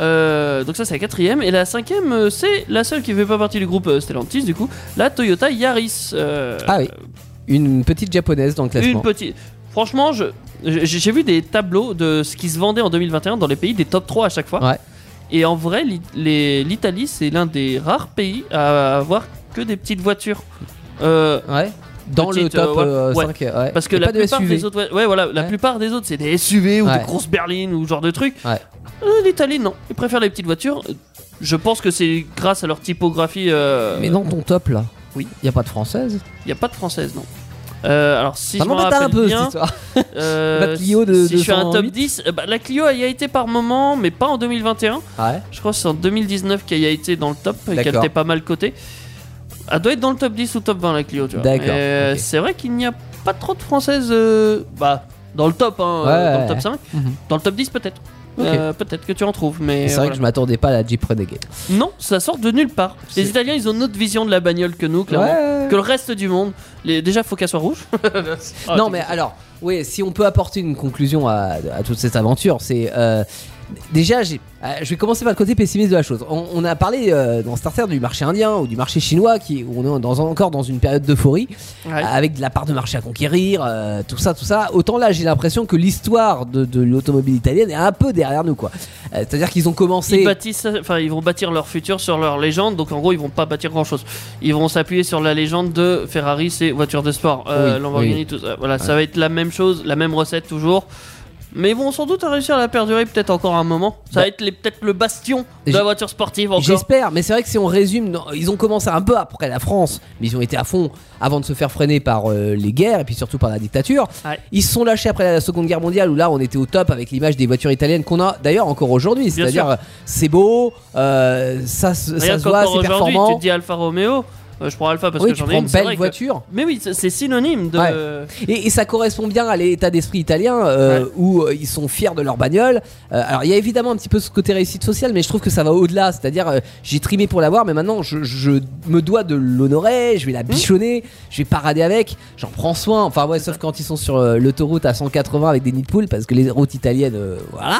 Euh, Donc ça c'est la quatrième. Et la cinquième, euh, c'est la seule qui ne fait pas partie du groupe euh, Stellantis du coup. La Toyota Yaris. Euh, Ah oui. Une petite japonaise dans le classement. Une petite... Franchement, je- j'ai j'ai vu des tableaux de ce qui se vendait en 2021 dans les pays des top 3 à chaque fois. Ouais. Et en vrai, l'I- les- l'Italie, c'est l'un des rares pays à avoir que des petites voitures. Euh, Ouais. Dans le Petite, euh, top voilà. euh, Ouais. 5. ouais. Parce que Et la pas de plupart SUV. des autres, ouais, voilà, la Ouais. plupart des autres, c'est des SUV ou Ouais. des grosses berlines ou ce genre de trucs. Ouais. Euh, L'Italie, non, ils préfèrent les petites voitures. Je pense que c'est grâce à leur typographie. euh, Mais dans ton top là, Oui. y a pas de française. Il y a pas de française, non. Euh, alors si Ça je me m'embête Bah, un rappelle peu cette bien, histoire. euh, La Clio de si je suis un top 208. 10, euh, bah, la Clio elle y a été par moment, mais pas en 2021. Ouais. Je crois que c'est en 2019 qu'elle y a été dans le top et qu'elle D'accord. était pas mal cotée. Elle doit être dans le top 10 ou top 20 la Clio, tu vois. D'accord, Et, euh, ok. C'est vrai qu'il n'y a pas trop de françaises euh, bah, dans le top, hein, Ouais, euh, dans ouais, le top ouais. 5. Mhm. Dans le top 10 peut-être. Ok. Euh, peut-être que tu en trouves, mais C'est vrai voilà. que je m'attendais pas à la Jeep Renegade. non, ça sort de nulle part. Les C'est- Italiens, ils ont une autre vision de la bagnole que nous, clairement. Ouais. Que le reste du monde. Les... Déjà, faut qu'elle soit rouge. Ah, non, t'es- mais alors, oui, si on peut apporter une conclusion à, à toute cette aventure, c'est. euh, déjà, j'ai- euh, je vais commencer par le côté pessimiste de la chose. On, on a parlé euh, dans Starter du marché indien ou du marché chinois, qui, où on est dans- encore dans une période d'euphorie, Ouais. avec de la part de marché à conquérir, euh, tout ça, tout ça. Autant là, j'ai l'impression que l'histoire de, de l'automobile italienne est un peu derrière nous, quoi. Euh, C'est-à-dire qu'ils ont commencé. Ils, bâtissent, enfin, ils vont bâtir leur futur sur leur légende, donc en gros ils vont pas bâtir grand chose. Ils vont s'appuyer sur la légende de Ferrari, c'est voiture de sport, euh, Oui, Lamborghini, oui. tout ça. Voilà, ça va être la même chose, la même recette toujours. Mais ils vont sans doute réussir à la perdurer peut-être encore un moment. Ça Bah. va être les- peut-être le bastion de la J'ai- voiture sportive encore. J'espère, mais c'est vrai que si on résume, non, ils ont commencé un peu après la France, mais ils ont été à fond avant de se faire freiner par euh, les guerres et puis surtout par la dictature. Ouais. Ils se sont lâchés après la Seconde Guerre mondiale où là on était au top avec l'image des voitures italiennes qu'on a d'ailleurs encore aujourd'hui. C'est-à-dire sûr. euh, c'est beau, euh, ça, se- Rien ça se voit, qu'encore c'est aujourd'hui, performant. tu te dis Alfa Romeo, euh, je prends Alfa parce oui, que tu j'en ai prends une. c'est vrai belle que- voiture. Mais oui, c'est- c'est synonyme de. Et, et ça correspond bien à l'état d'esprit italien euh, où euh, ils sont fiers de leur bagnole. Euh, alors il y a évidemment un petit peu ce côté réussite sociale, mais je trouve que ça va au-delà. C'est-à-dire euh, j'ai trimé pour l'avoir, mais maintenant je, je me dois de l'honorer, je vais la bichonner, je vais parader avec, j'en prends soin. Enfin ouais, sauf quand ils sont sur euh, l'autoroute à 180 avec des nids de poules, parce que les routes italiennes, euh, voilà.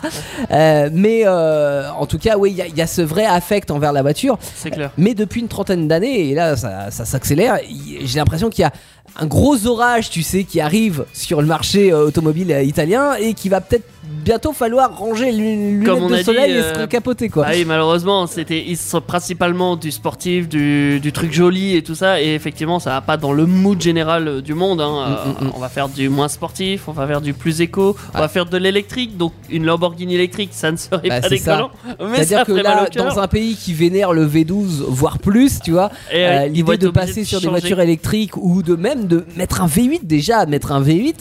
Euh, mais euh, en tout cas, oui, il y a- il y a ce vrai affect envers la voiture. C'est clair. Mais depuis une trentaine d'années, et là ça, ça s'accélère, il- j'ai l'impression qu'il y a un gros orage, tu sais, qui arrive sur le marché euh, automobile euh, italien et qui va peut-être bientôt falloir ranger l'une Comme on de a soleil dit, et se euh, capoter quoi. Ah oui, malheureusement, c'était ils sont principalement du sportif, du, du truc joli et tout ça. Et effectivement, ça va pas dans le mood général euh, du monde. hein. Mm, mm, Euh, mm. On va faire du moins sportif, on va faire du plus éco, on va faire de l'électrique. Donc une Lamborghini électrique, ça ne serait Bah, pas c'est déconnant. Mais ça C'est-à-dire que ferait mal là, au cœur. dans un pays qui vénère le V12, voire plus, tu vois, Et, euh, euh, ils vont l'idée être de obligés passer de sur des changer. voitures électriques ou de même de mettre un V8 déjà, mettre un V8,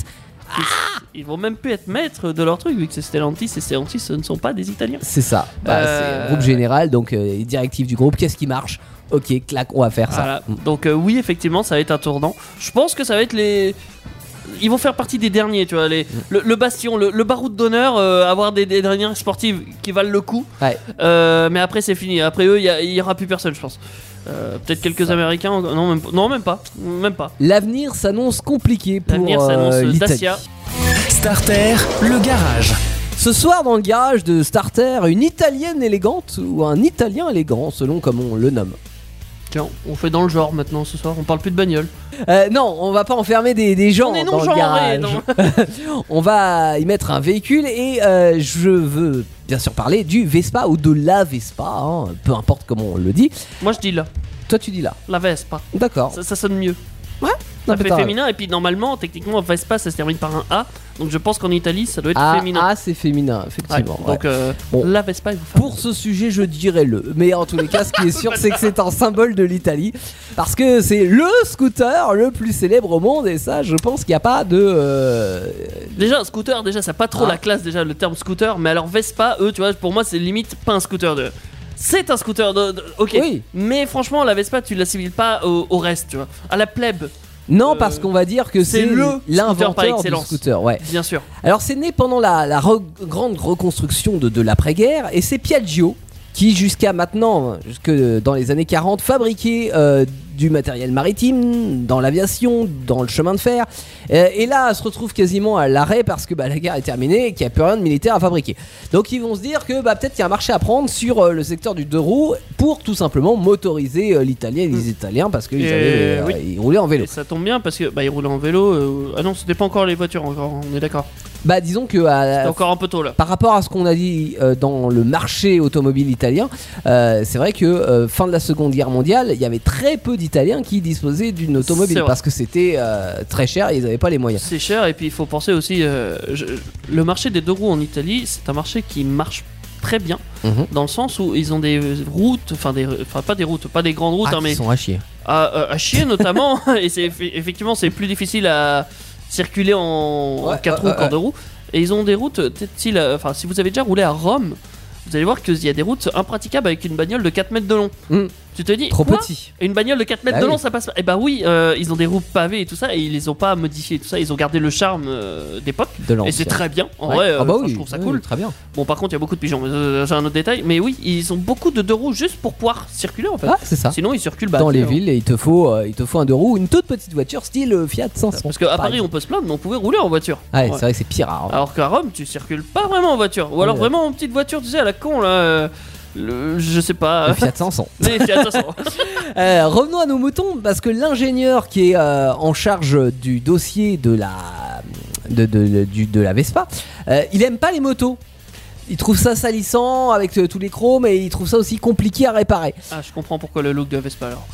Ils vont même plus être maîtres de leur truc vu que c'est Stellantis et Stellantis, ce ne sont pas des Italiens. c'est ça. Bah, Euh, C'est le groupe général, donc euh, directive du groupe, qu'est-ce qui marche Ok, clac, on va faire ça. Voilà. Donc euh, oui, effectivement, ça va être un tournant. Je pense que ça va être les ils vont faire partie des derniers, tu vois, les, Mm. le, le bastion, le, le baroud d'honneur, euh, avoir des, des dernières sportives qui valent le coup. Ouais. Euh, mais après, c'est fini. Après eux, il y a- il y, aura plus personne, je pense. Euh, Peut-être quelques Américains. en- Non même, non, même pas. Même pas. L'avenir s'annonce compliqué pour L'avenir s'annonce euh, l'Italie. Dacia. Starter, le garage. Ce soir dans le garage de Starter, une Italienne élégante ou un Italien élégant selon comme on le nomme. Tiens, on fait dans le genre maintenant ce soir. On parle plus de bagnole. Euh, non, on va pas enfermer des, des gens on est dans le non-genré. garage. non. On va y mettre un véhicule et euh, je veux bien sûr parler du Vespa ou de la Vespa, hein, peu importe comment on le dit. Moi, je dis là. Toi tu dis là. La Vespa. D'accord. Ça, ça sonne mieux. Ouais. tout à fait putain, ouais. féminin. Et puis normalement, techniquement, Vespa, ça se termine par un A. Donc je pense qu'en Italie, ça doit être Ah, féminin. ah, c'est féminin, Ouais, effectivement. ouais. Donc euh, Bon. la Vespa, il vous fait un Pour ce sujet, je dirais le. Mais en tous les cas, ce qui est sûr, c'est que c'est un symbole de l'Italie. Parce que c'est le scooter le plus célèbre au monde. Et ça, je pense qu'il n'y a pas de. euh, Déjà, un scooter, déjà, ça n'a pas trop Ah. la classe, déjà, le terme scooter. Mais alors, Vespa, eux, tu vois, pour moi, c'est limite pas un scooter de. C'est un scooter de. de- ok. Oui. Mais franchement, la Vespa, tu l'assimiles pas au, au reste, tu vois. À la plèbe, Non, Euh, parce qu'on va dire que c'est c'est le scooter par l'inventeur du excellence. scooter. Ouais. bien sûr. Alors, c'est né pendant la, la re- grande reconstruction de, de l'après-guerre. Et c'est Piaggio qui, jusqu'à maintenant, jusque dans les années 40, fabriquait euh, du matériel maritime, dans l'aviation, dans le chemin de fer. Euh, et là, elle se retrouve quasiment à l'arrêt parce que bah, la guerre est terminée et qu'il n'y a plus rien de militaire à fabriquer. Donc ils vont se dire que bah, peut-être qu'il y a un marché à prendre sur euh, le secteur du deux roues pour tout simplement motoriser euh, l'Italien et les Italiens parce qu'ils Mm. Et avaient, euh, oui. ils roulaient en vélo. Et ça tombe bien parce que bah, il roulait en vélo. euh, Ah non, c'était pas encore les voitures, encore, on est d'accord. Bah disons que à- C'était encore un peu tôt là. par rapport à ce qu'on a dit euh, dans le marché automobile italien, euh, c'est vrai que euh, fin de la Seconde Guerre mondiale, il y avait très peu d'Italiens qui disposaient d'une C'est automobile vrai. parce que c'était euh, très cher et ils n'avaient pas les moyens. C'est cher et puis il faut penser aussi euh, je- le marché des deux roues en Italie, c'est un marché qui marche très bien Mhm. dans le sens où ils ont des routes, enfin des, enfin pas des routes, pas des grandes routes, hein, Ah, ils mais sont à chier. à, euh, à chier notamment. et c'est effe- effectivement c'est plus difficile à circuler en, en Ouais, quatre ouais, roues qu'en ouais. deux roues. Et ils ont des routes, peut-être si la- enfin si vous avez déjà roulé à Rome, vous allez voir qu'il y a des routes impraticables avec une bagnole de 4 mètres de long. Mhm. Tu te dis Trop quoi petit. et Une bagnole de 4 mètres Bah de oui. long, ça passe pas. Et bah oui, euh, ils ont des roues pavées et tout ça, et ils les ont pas modifiées et tout ça, ils ont gardé le charme euh, d'époque. De Et c'est l'ancien. très bien, en Ouais. vrai, Ah euh, bah enfin, oui, je trouve ça oui, cool. Très bien. Bon, par contre, il y a beaucoup de pigeons, mais, euh, j'ai un autre détail. Mais oui, ils ont beaucoup de deux roues juste pour pouvoir circuler en fait. Ah, c'est ça. Sinon, ils circulent bah, dans les euh, villes et il te faut euh, il te faut un deux roues ou une toute petite voiture style euh, Fiat 500 Parce qu'à par Paris, on exemple. peut se plaindre, mais on pouvait rouler en voiture. Ah ouais, Ouais. c'est vrai que c'est pire hein. Alors qu'à Rome, tu circules pas vraiment en voiture. Ou alors Ouais. vraiment en petite voiture, tu sais, à la con là. euh, le, je sais pas. Le Fiat 500 Les Fiat 500. Euh, revenons à nos moutons parce que l'ingénieur qui est euh, en charge du dossier de la de, de, de- du- de la Vespa euh, il aime pas les motos il trouve ça salissant avec euh, tous les chromes et il trouve ça aussi compliqué à réparer. Ah, je comprends pourquoi le look de Vespa alors.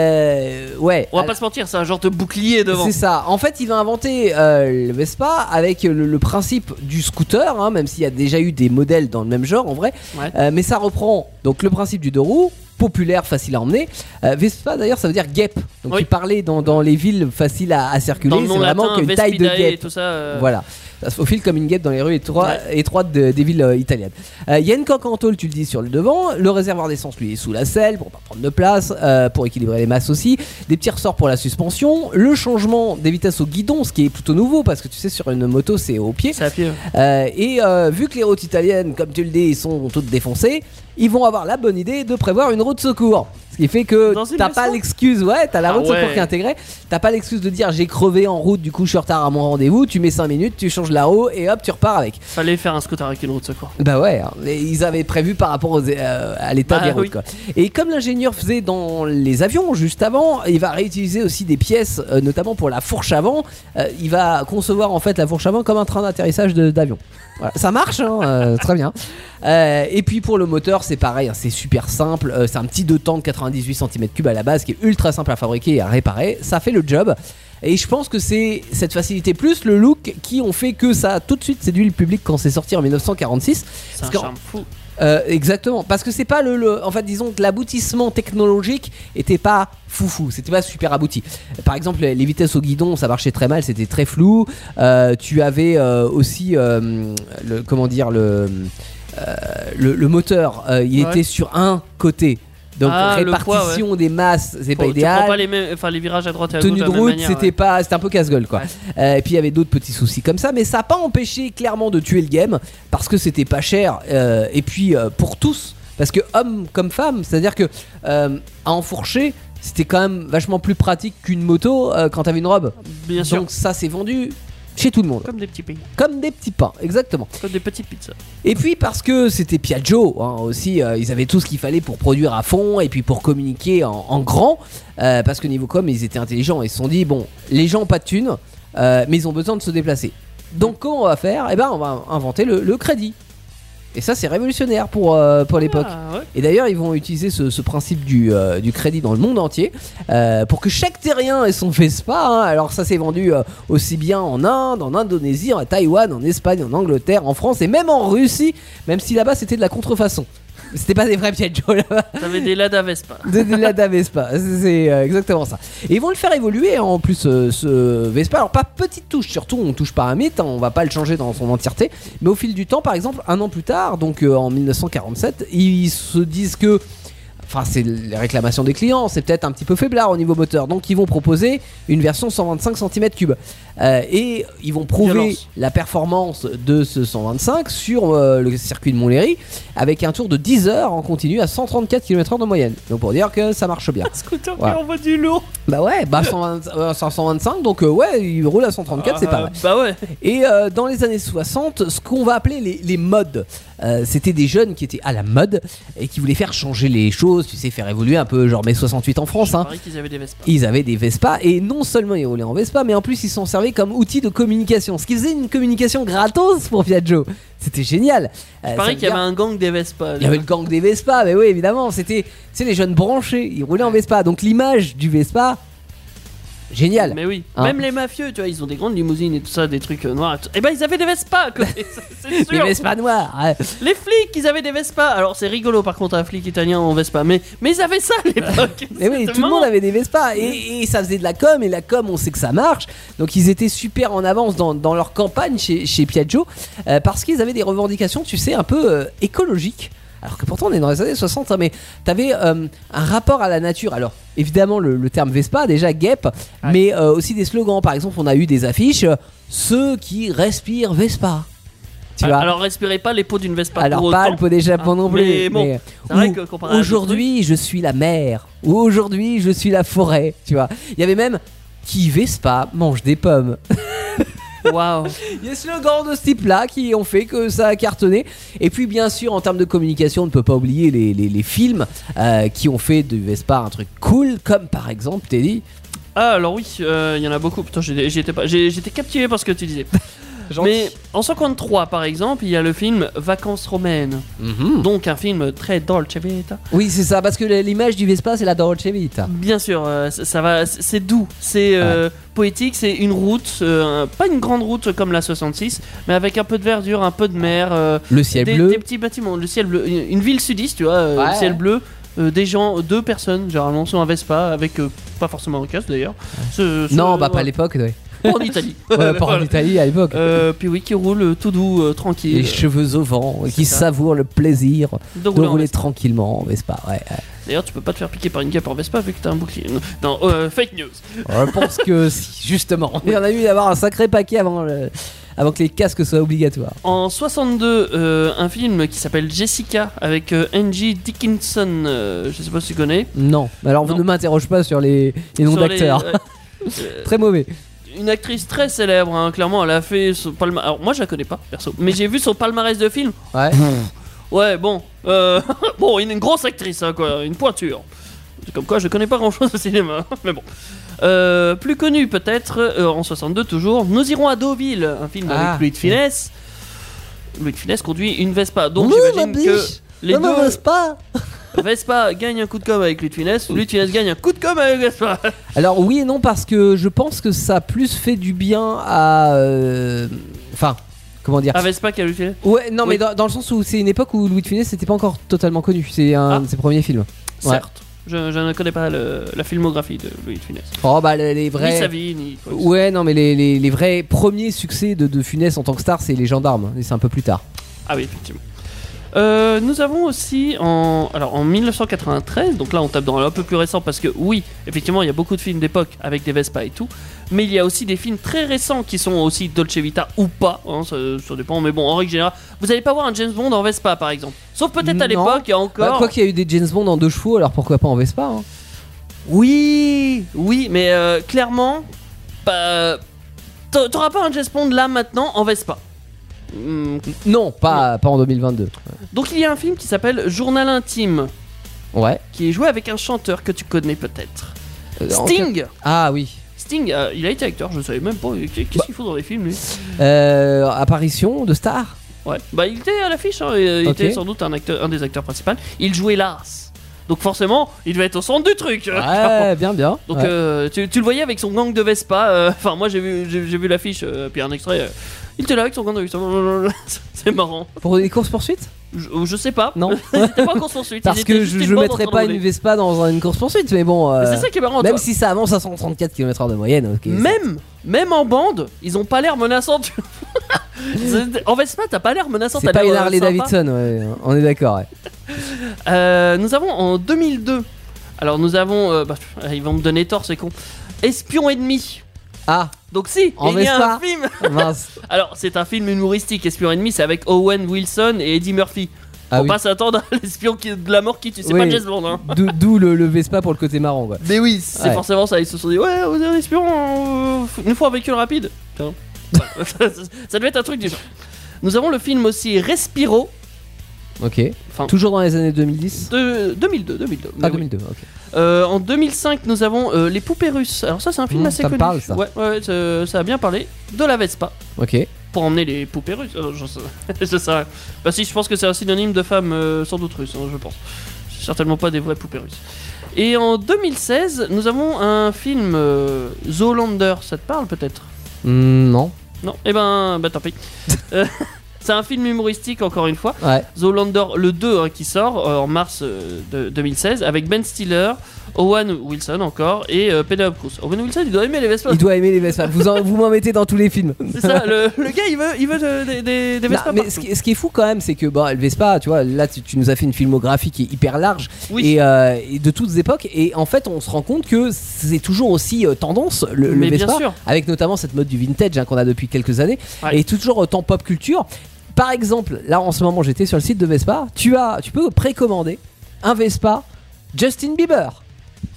Euh, ouais. On va pas se mentir, c'est un genre de bouclier devant. C'est ça. En fait, il va inventer euh, le Vespa avec le, le principe du scooter, hein, même s'il y a déjà eu des modèles dans le même genre en vrai. Ouais. Euh, mais ça reprend donc le principe du deux roues, populaire, facile à emmener. Euh, Vespa d'ailleurs, ça veut dire guêpe. Donc Oui. il parlait dans, dans les villes faciles à, à circuler, Dans le c'est nom vraiment latin, qu'une taille de Vespidae et guêpe. tout ça. euh, Voilà, ça se faufile comme une guêpe dans les rues étroi- étroites de- des villes euh, italiennes. Euh, Il y a une coque en tôle, tu le dis, sur le devant. Le réservoir d'essence, lui, est sous la selle pour pas prendre de place, euh, pour équilibrer les masses aussi. Des petits ressorts pour la suspension. Le changement des vitesses au guidon, ce qui est plutôt nouveau parce que tu sais, sur une moto, c'est au pied. C'est à pied. ouais. Euh, et euh, vu que les routes italiennes, comme tu le dis, sont toutes défoncées, ils vont avoir la bonne idée de prévoir une route secours. Ce qui fait que Dans une t'as pas Vespa l'excuse, ouais, t'as la Ah route secours ouais. qui est intégrée, t'as pas l'excuse de dire j'ai crevé en route, du coup je suis en retard à mon rendez-vous, tu mets 5 minutes, tu changes là-haut et hop, tu repars avec. Fallait faire un scooter avec une route de secours. Bah ouais, hein. Et ils avaient prévu par rapport aux- euh, à l'état Bah des routes. oui. quoi. Et comme l'ingénieur faisait dans les avions juste avant, il va réutiliser aussi des pièces, euh, notamment pour la fourche avant. Euh, il va concevoir en fait la fourche avant comme un train d'atterrissage de- d'avion. Voilà. Ça marche, hein, euh, très bien. Euh, et puis pour le moteur, c'est pareil, hein, c'est super simple. Euh, c'est un petit deux temps de 98 cm3 à la base qui est ultra simple à fabriquer et à réparer. Ça fait le job. Et je pense que c'est cette facilité plus le look qui ont fait que ça a tout de suite séduit le public quand c'est sorti en 1946. C'est un Parce qu'en- charme fou. Euh, exactement, parce que c'est pas le, le- en fait disons que l'aboutissement technologique était pas foufou, c'était pas super abouti. Par exemple, les les vitesses au guidon, ça marchait très mal, c'était très flou. Euh, tu avais euh, aussi euh, le comment dire le euh, le, le moteur, euh, il Ouais. était sur un côté. Donc Ah, le poids, répartition des masses, c'est Faut- pas tu prends idéal pas les, mêmes- enfin, les virages à droite et à tenue gauche de la même route, manière, c'était ouais. pas, c'était un peu casse-gueule quoi. Ouais. Euh, et puis il y avait d'autres petits soucis comme ça, mais ça n'a pas empêché clairement de tuer le game parce que c'était pas cher euh, et puis euh, pour tous, parce que hommes comme femmes, c'est-à-dire que euh, à enfourcher, c'était quand même vachement plus pratique qu'une moto euh, quand t'avais une robe. Bien sûr. Donc ça s'est vendu chez tout le monde, Comme des petits pays. comme des petits pains, exactement. Comme des petites pizzas. Et puis parce que c'était Piaggio hein, aussi, euh, ils avaient tout ce qu'il fallait pour produire à fond et puis pour communiquer en, en grand, euh, parce que niveau com, ils étaient intelligents, ils se sont dit, bon, les gens ont pas de thunes, euh, mais ils ont besoin de se déplacer. Donc comment on va faire Eh ben on va inventer le, le crédit. Et ça, c'est révolutionnaire pour, euh, pour l'époque. Ah, ouais. Et d'ailleurs, ils vont utiliser ce, ce principe du, euh, du crédit dans le monde entier euh, pour que chaque terrien ait son Vespa. hein. Alors, ça s'est vendu euh, aussi bien en Inde, en Indonésie, en Taïwan, en Espagne, en Angleterre, en France et même en Russie, même si là-bas c'était de la contrefaçon. C'était pas des vrais Piaggio là-bas. T'avais des Lada Vespa. De, de la Dame Vespa, c'est c'est, euh, exactement ça. Et ils vont le faire évoluer hein, en plus euh, ce Vespa. Alors pas petite touche, surtout on touche pas un mythe, hein, on va pas le changer dans son entièreté. Mais au fil du temps, par exemple, un an plus tard, donc euh, en 1947, ils se disent que Enfin, c'est les réclamations des clients, c'est peut-être un petit peu faiblard au niveau moteur. Donc, ils vont proposer une version 125 cm3. Euh, et ils vont prouver Violence. la performance de ce 125 sur euh, le circuit de Montlhéry avec un tour de 10 heures en continu à 134 km/h de moyenne. Donc, pour dire que ça marche bien. Scooter Ouais. qui envoie du lourd. bah ouais, bah 120 euh, 125, donc euh, ouais, il roule à 134, c'est pas mal. Euh, Bah ouais. Et euh, dans les années 60, ce qu'on va appeler les, les modes, euh, c'était des jeunes qui étaient à la mode et qui voulaient faire changer les choses, tu sais, faire évoluer un peu, genre mai 68 en France. Je Hein. parie qu'ils avaient des Vespa. Ils avaient des Vespa et non seulement ils roulaient en Vespa, mais en plus ils s'en servaient comme outil de communication. Ce qui faisait une communication gratos pour Piaggio. C'était génial. Euh, Je ça veut parie qu'il y dire- avait un gang des Vespa. il y avait le gang des Vespa, mais oui, évidemment, c'était tu sais, les jeunes branchés, ils roulaient en Vespa. Donc l'image du Vespa, génial. Mais oui, Hein. même les mafieux, tu vois, ils ont des grandes limousines et tout ça, des trucs euh, noirs. Et, tout. Eh ben ils avaient des Vespa, à côté, ça, c'est Les sûr. Vespa noirs. ouais. Les flics, ils avaient des Vespa. Alors c'est rigolo par contre un flic italien en Vespa, mais mais ils avaient ça à l'époque. Mais oui, C'était tout le marrant. monde avait des Vespa et, et ça faisait de la com et la com on sait que ça marche. Donc ils étaient super en avance dans, dans leur campagne chez, chez Piaggio euh, parce qu'ils avaient des revendications, tu sais, un peu euh, écologiques. Alors que pourtant on est dans les années 60, hein, mais t'avais euh, un rapport à la nature. Alors évidemment le, le terme Vespa, déjà guêpe, Ouais. mais euh, aussi des slogans. Par exemple, on a eu des affiches euh, ceux qui respirent Vespa. Tu vois Ah, Alors respirez pas les peaux d'une Vespa alors pour pas autant. le pot des Japon Ah, non plus. mais bon, c'est vrai que comparé à d'autres aujourd'hui je suis la mer. Ou aujourd'hui je suis la forêt. Tu vois. Il y avait même qui Vespa mange des pommes. Waouh. Il y a des slogans de ce type-là qui ont fait que ça a cartonné. Et puis bien sûr en termes de communication, on ne peut pas oublier les, les- les films euh, qui ont fait de Vespa un truc cool, comme par exemple Teddy. Ah alors oui, euh, il y en a beaucoup. Putain, j'ai- j'y étais pas, j'ai- j'étais captivé par ce que tu disais. mais en 53 par exemple, il y a le film Vacances romaines, Mhm. donc un film très Dolce Vita. Oui c'est ça, parce que l'image du Vespa c'est la Dolce Vita. Bien sûr, euh, ça, ça va, c'est- c'est doux, c'est euh, poétique, c'est une route, euh, un- pas une grande route comme la 66, mais avec un peu de verdure, un peu de mer, euh, Le ciel des, bleu. des petits bâtiments, le ciel bleu, une, une ville sudiste, tu vois, euh, Ouais. le ciel bleu, euh, des gens, deux personnes généralement sur un Vespa avec euh, pas forcément un casque d'ailleurs. Ce- ce- Non, bah pas à ouais, l'époque. Ouais. en Italie. Ouais, pas en Voilà. Italie à l'époque. Euh, puis oui, qui roule euh, tout doux, euh, tranquille. les cheveux au vent, c'est qui ça. savourent le plaisir Donc, de voilà, rouler on- tranquillement en Vespa. Ouais, ouais. D'ailleurs, tu peux pas te faire piquer par une cape en Vespa vu que t'as un bouclier. Non, Non, euh, fake news. Je pense que si, justement. On en a eu d'avoir un sacré paquet avant, le- avant que les casques soient obligatoires. En 62, euh, un film qui s'appelle Jessica avec euh, Angie Dickinson, euh, je sais pas si tu connais. Non, alors vous Non. ne m'interroge pas sur les, les noms Sur les- d'acteurs. euh, euh, Très mauvais. une actrice très célèbre, hein, clairement, elle a fait son palmarès. Alors moi je la connais pas, perso, mais j'ai vu son palmarès de films. Ouais. Ouais, bon, euh, bon, une, une grosse actrice, hein, quoi, une pointure. C'est Comme quoi, je connais pas grand chose au cinéma, mais bon. Euh, plus connu peut-être, euh, en 62 toujours, Nous irons à Deauville, un film Ah. avec Louis de Funès. Louis de Funès conduit une Vespa, donc Oui, j'imagine ma biche. que les Non, deux non, Vespa Vespa gagne un coup de com avec Louis de Funès, Louis de Funès gagne un coup de com avec Vespa. Alors oui et non parce que je pense que ça a plus fait du bien à... euh, Enfin, comment dire Ah, Vespa qui a Louis de Funès Ouais, non Oui. mais dans, dans le sens où c'est une époque où Louis de Funès n'était pas encore totalement connu. C'est un Ah. de ses premiers films. Ouais. Certes, je, je ne connais pas le- la filmographie de Louis de Funès. Oh bah les, les Ni vrais... sa vie, ni quoi que ce soit. Ouais, non, mais les, les- les vrais premiers succès de, de Funès en tant que star, c'est Les Gendarmes. Et c'est un peu plus tard. Ah oui, effectivement. Euh, nous avons aussi en, alors en 1993, donc là on tape dans un peu plus récent parce que oui, effectivement il y a beaucoup de films d'époque avec des Vespa et tout, mais il y a aussi des films très récents qui sont aussi Dolce Vita ou pas, hein, ça, ça dépend, mais bon en règle générale, vous allez pas voir un James Bond en Vespa par exemple, sauf peut-être Non. à l'époque et Bah, encore. quoi qu'il y a eu des James Bond en deux chevaux, alors pourquoi pas en Vespa hein. oui, oui, mais euh, clairement, bah, t'a- t'auras pas un James Bond là maintenant en Vespa. Hmm. Hum, Non, pas, pas en 2022. Donc il y a un film qui s'appelle Journal intime. Ouais. qui est joué avec un chanteur que tu connais peut-être. Euh, en- Sting Ah oui. Sting, euh, Bah. il a été acteur, je savais même pas. Qu'est-ce qu'il faut dans les films, lui Euh, apparition de star Ouais. Bah, il était à l'affiche, hein, et, euh, il Ok. était sans doute un, acteur, un des acteurs principaux. Il jouait Lars. Donc forcément, il devait être au centre du truc. Ouais, bien, bien. Donc Ouais. euh, tu, tu le voyais avec son gang de Vespa. euh, Enfin, moi j'ai vu, j'ai, j'ai vu l'affiche, euh, puis un extrait. euh, il était là avec son gang de Vespa. C'est marrant. Pour les courses poursuites Je, euh, je sais pas. Non. C'était pas en course poursuite. Parce que je, je mettrais pas une Vespa dans une course poursuite, mais bon. euh, C'est ça qui est marrant. même toi. si ça avance à 134 km/h de moyenne, ok. même, même en bande, ils ont pas l'air menaçants. tu vois. en Vespa, t'as pas l'air menaçant. c'est t'as pas l'air, une euh, Harley sympa. Davidson, ouais, on est d'accord. ouais. Euh, nous avons en 2002. Alors nous avons. euh, bah, pff, ils vont me donner tort, c'est con. Espion ennemi. Ah, Donc si, En il y a un Vespa. film. mince. Alors, c'est un film humoristique, Espion ennemi, c'est avec Owen Wilson et Eddie Murphy. Ah Faut oui. pas s'attendre à l'espion qui- de la mort qui tue, c'est Oui. pas James Bond. Hein. D'où- D'où le, le Vespa pour le côté marrant, quoi. Mais oui, c'est Ouais. forcément ça. Ils se sont dit, ouais, vous êtes un espion, euh, une fois un véhicule rapide. Putain. ça, ça devait être un truc du genre. Nous avons le film aussi Respiro Ok. Enfin- Toujours dans les années 2010 de 2002. 2002 mais Ah, oui. 2002, ok. Euh, en 2005, nous avons euh, Les Poupées Russes. Alors, ça, c'est un film Mmh, assez ça me connu. parle, ça. Ouais, ouais, ça- ça a bien parlé. De la Vespa. Ok. pour emmener les poupées russes. Euh, j'en sais- je sais rien. Bah si, je pense que c'est un synonyme de femme euh, sans doute russe, hein, je pense. Certainement pas des vraies poupées russes. Et en 2016, nous avons un film euh, Zoolander, ça te parle peut-être Hmm, non. Non Eh ben, bah tant pis. Euh, c'est un film humoristique encore une fois. Ouais. Zoolander le 2 hein, qui sort euh, en mars euh, de 2016 avec Ben Stiller, Owen Wilson encore et euh, Penelope Cruz. Owen Wilson il doit aimer les Vespa. Il doit aimer les Vespa. Vous en- vous m'en mettez dans tous les films. C'est ça, le, le gars il veut, il veut de- des, des, des Non, Vespa. mais partout. ce qui, ce qui est fou quand même, c'est que bah, le Vespa, tu vois, là tu, tu nous as fait une filmographie qui est hyper large Oui. et, euh, et de toutes époques. Et en fait, on se rend compte que c'est toujours aussi euh, tendance le, le Mais bien Vespa, sûr. avec notamment cette mode du vintage hein, qu'on a depuis quelques années Ouais. et toujours autant pop culture. Par exemple, là en ce moment, j'étais sur le site de Vespa. Tu as, tu peux précommander un Vespa Justin Bieber.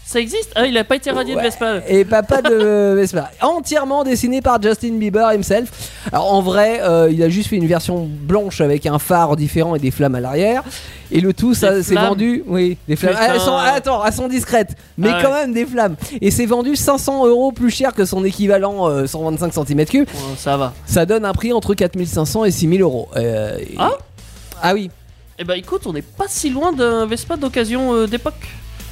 Ça existe Ah, il a pas été radié Ouais. de Vespa. Et papa de Vespa. Entièrement dessiné par Justin Bieber himself. Alors en vrai, euh, il a juste fait une version blanche avec un phare différent et des flammes à l'arrière. Et le tout, ça Des c'est flammes. vendu. Oui, des flammes. Putain. Ah, elles sont, ah, attends, elles sont discrètes, mais Ah quand ouais. même des flammes. Et c'est vendu 500 euros plus cher que son équivalent euh, 125 cm3. Bon, ça va. Ça donne un prix entre 4500 et 6000 euros. Euh, et- Ah Ah oui. Eh ben écoute, on n'est pas si loin d'un Vespa d'occasion euh, d'époque.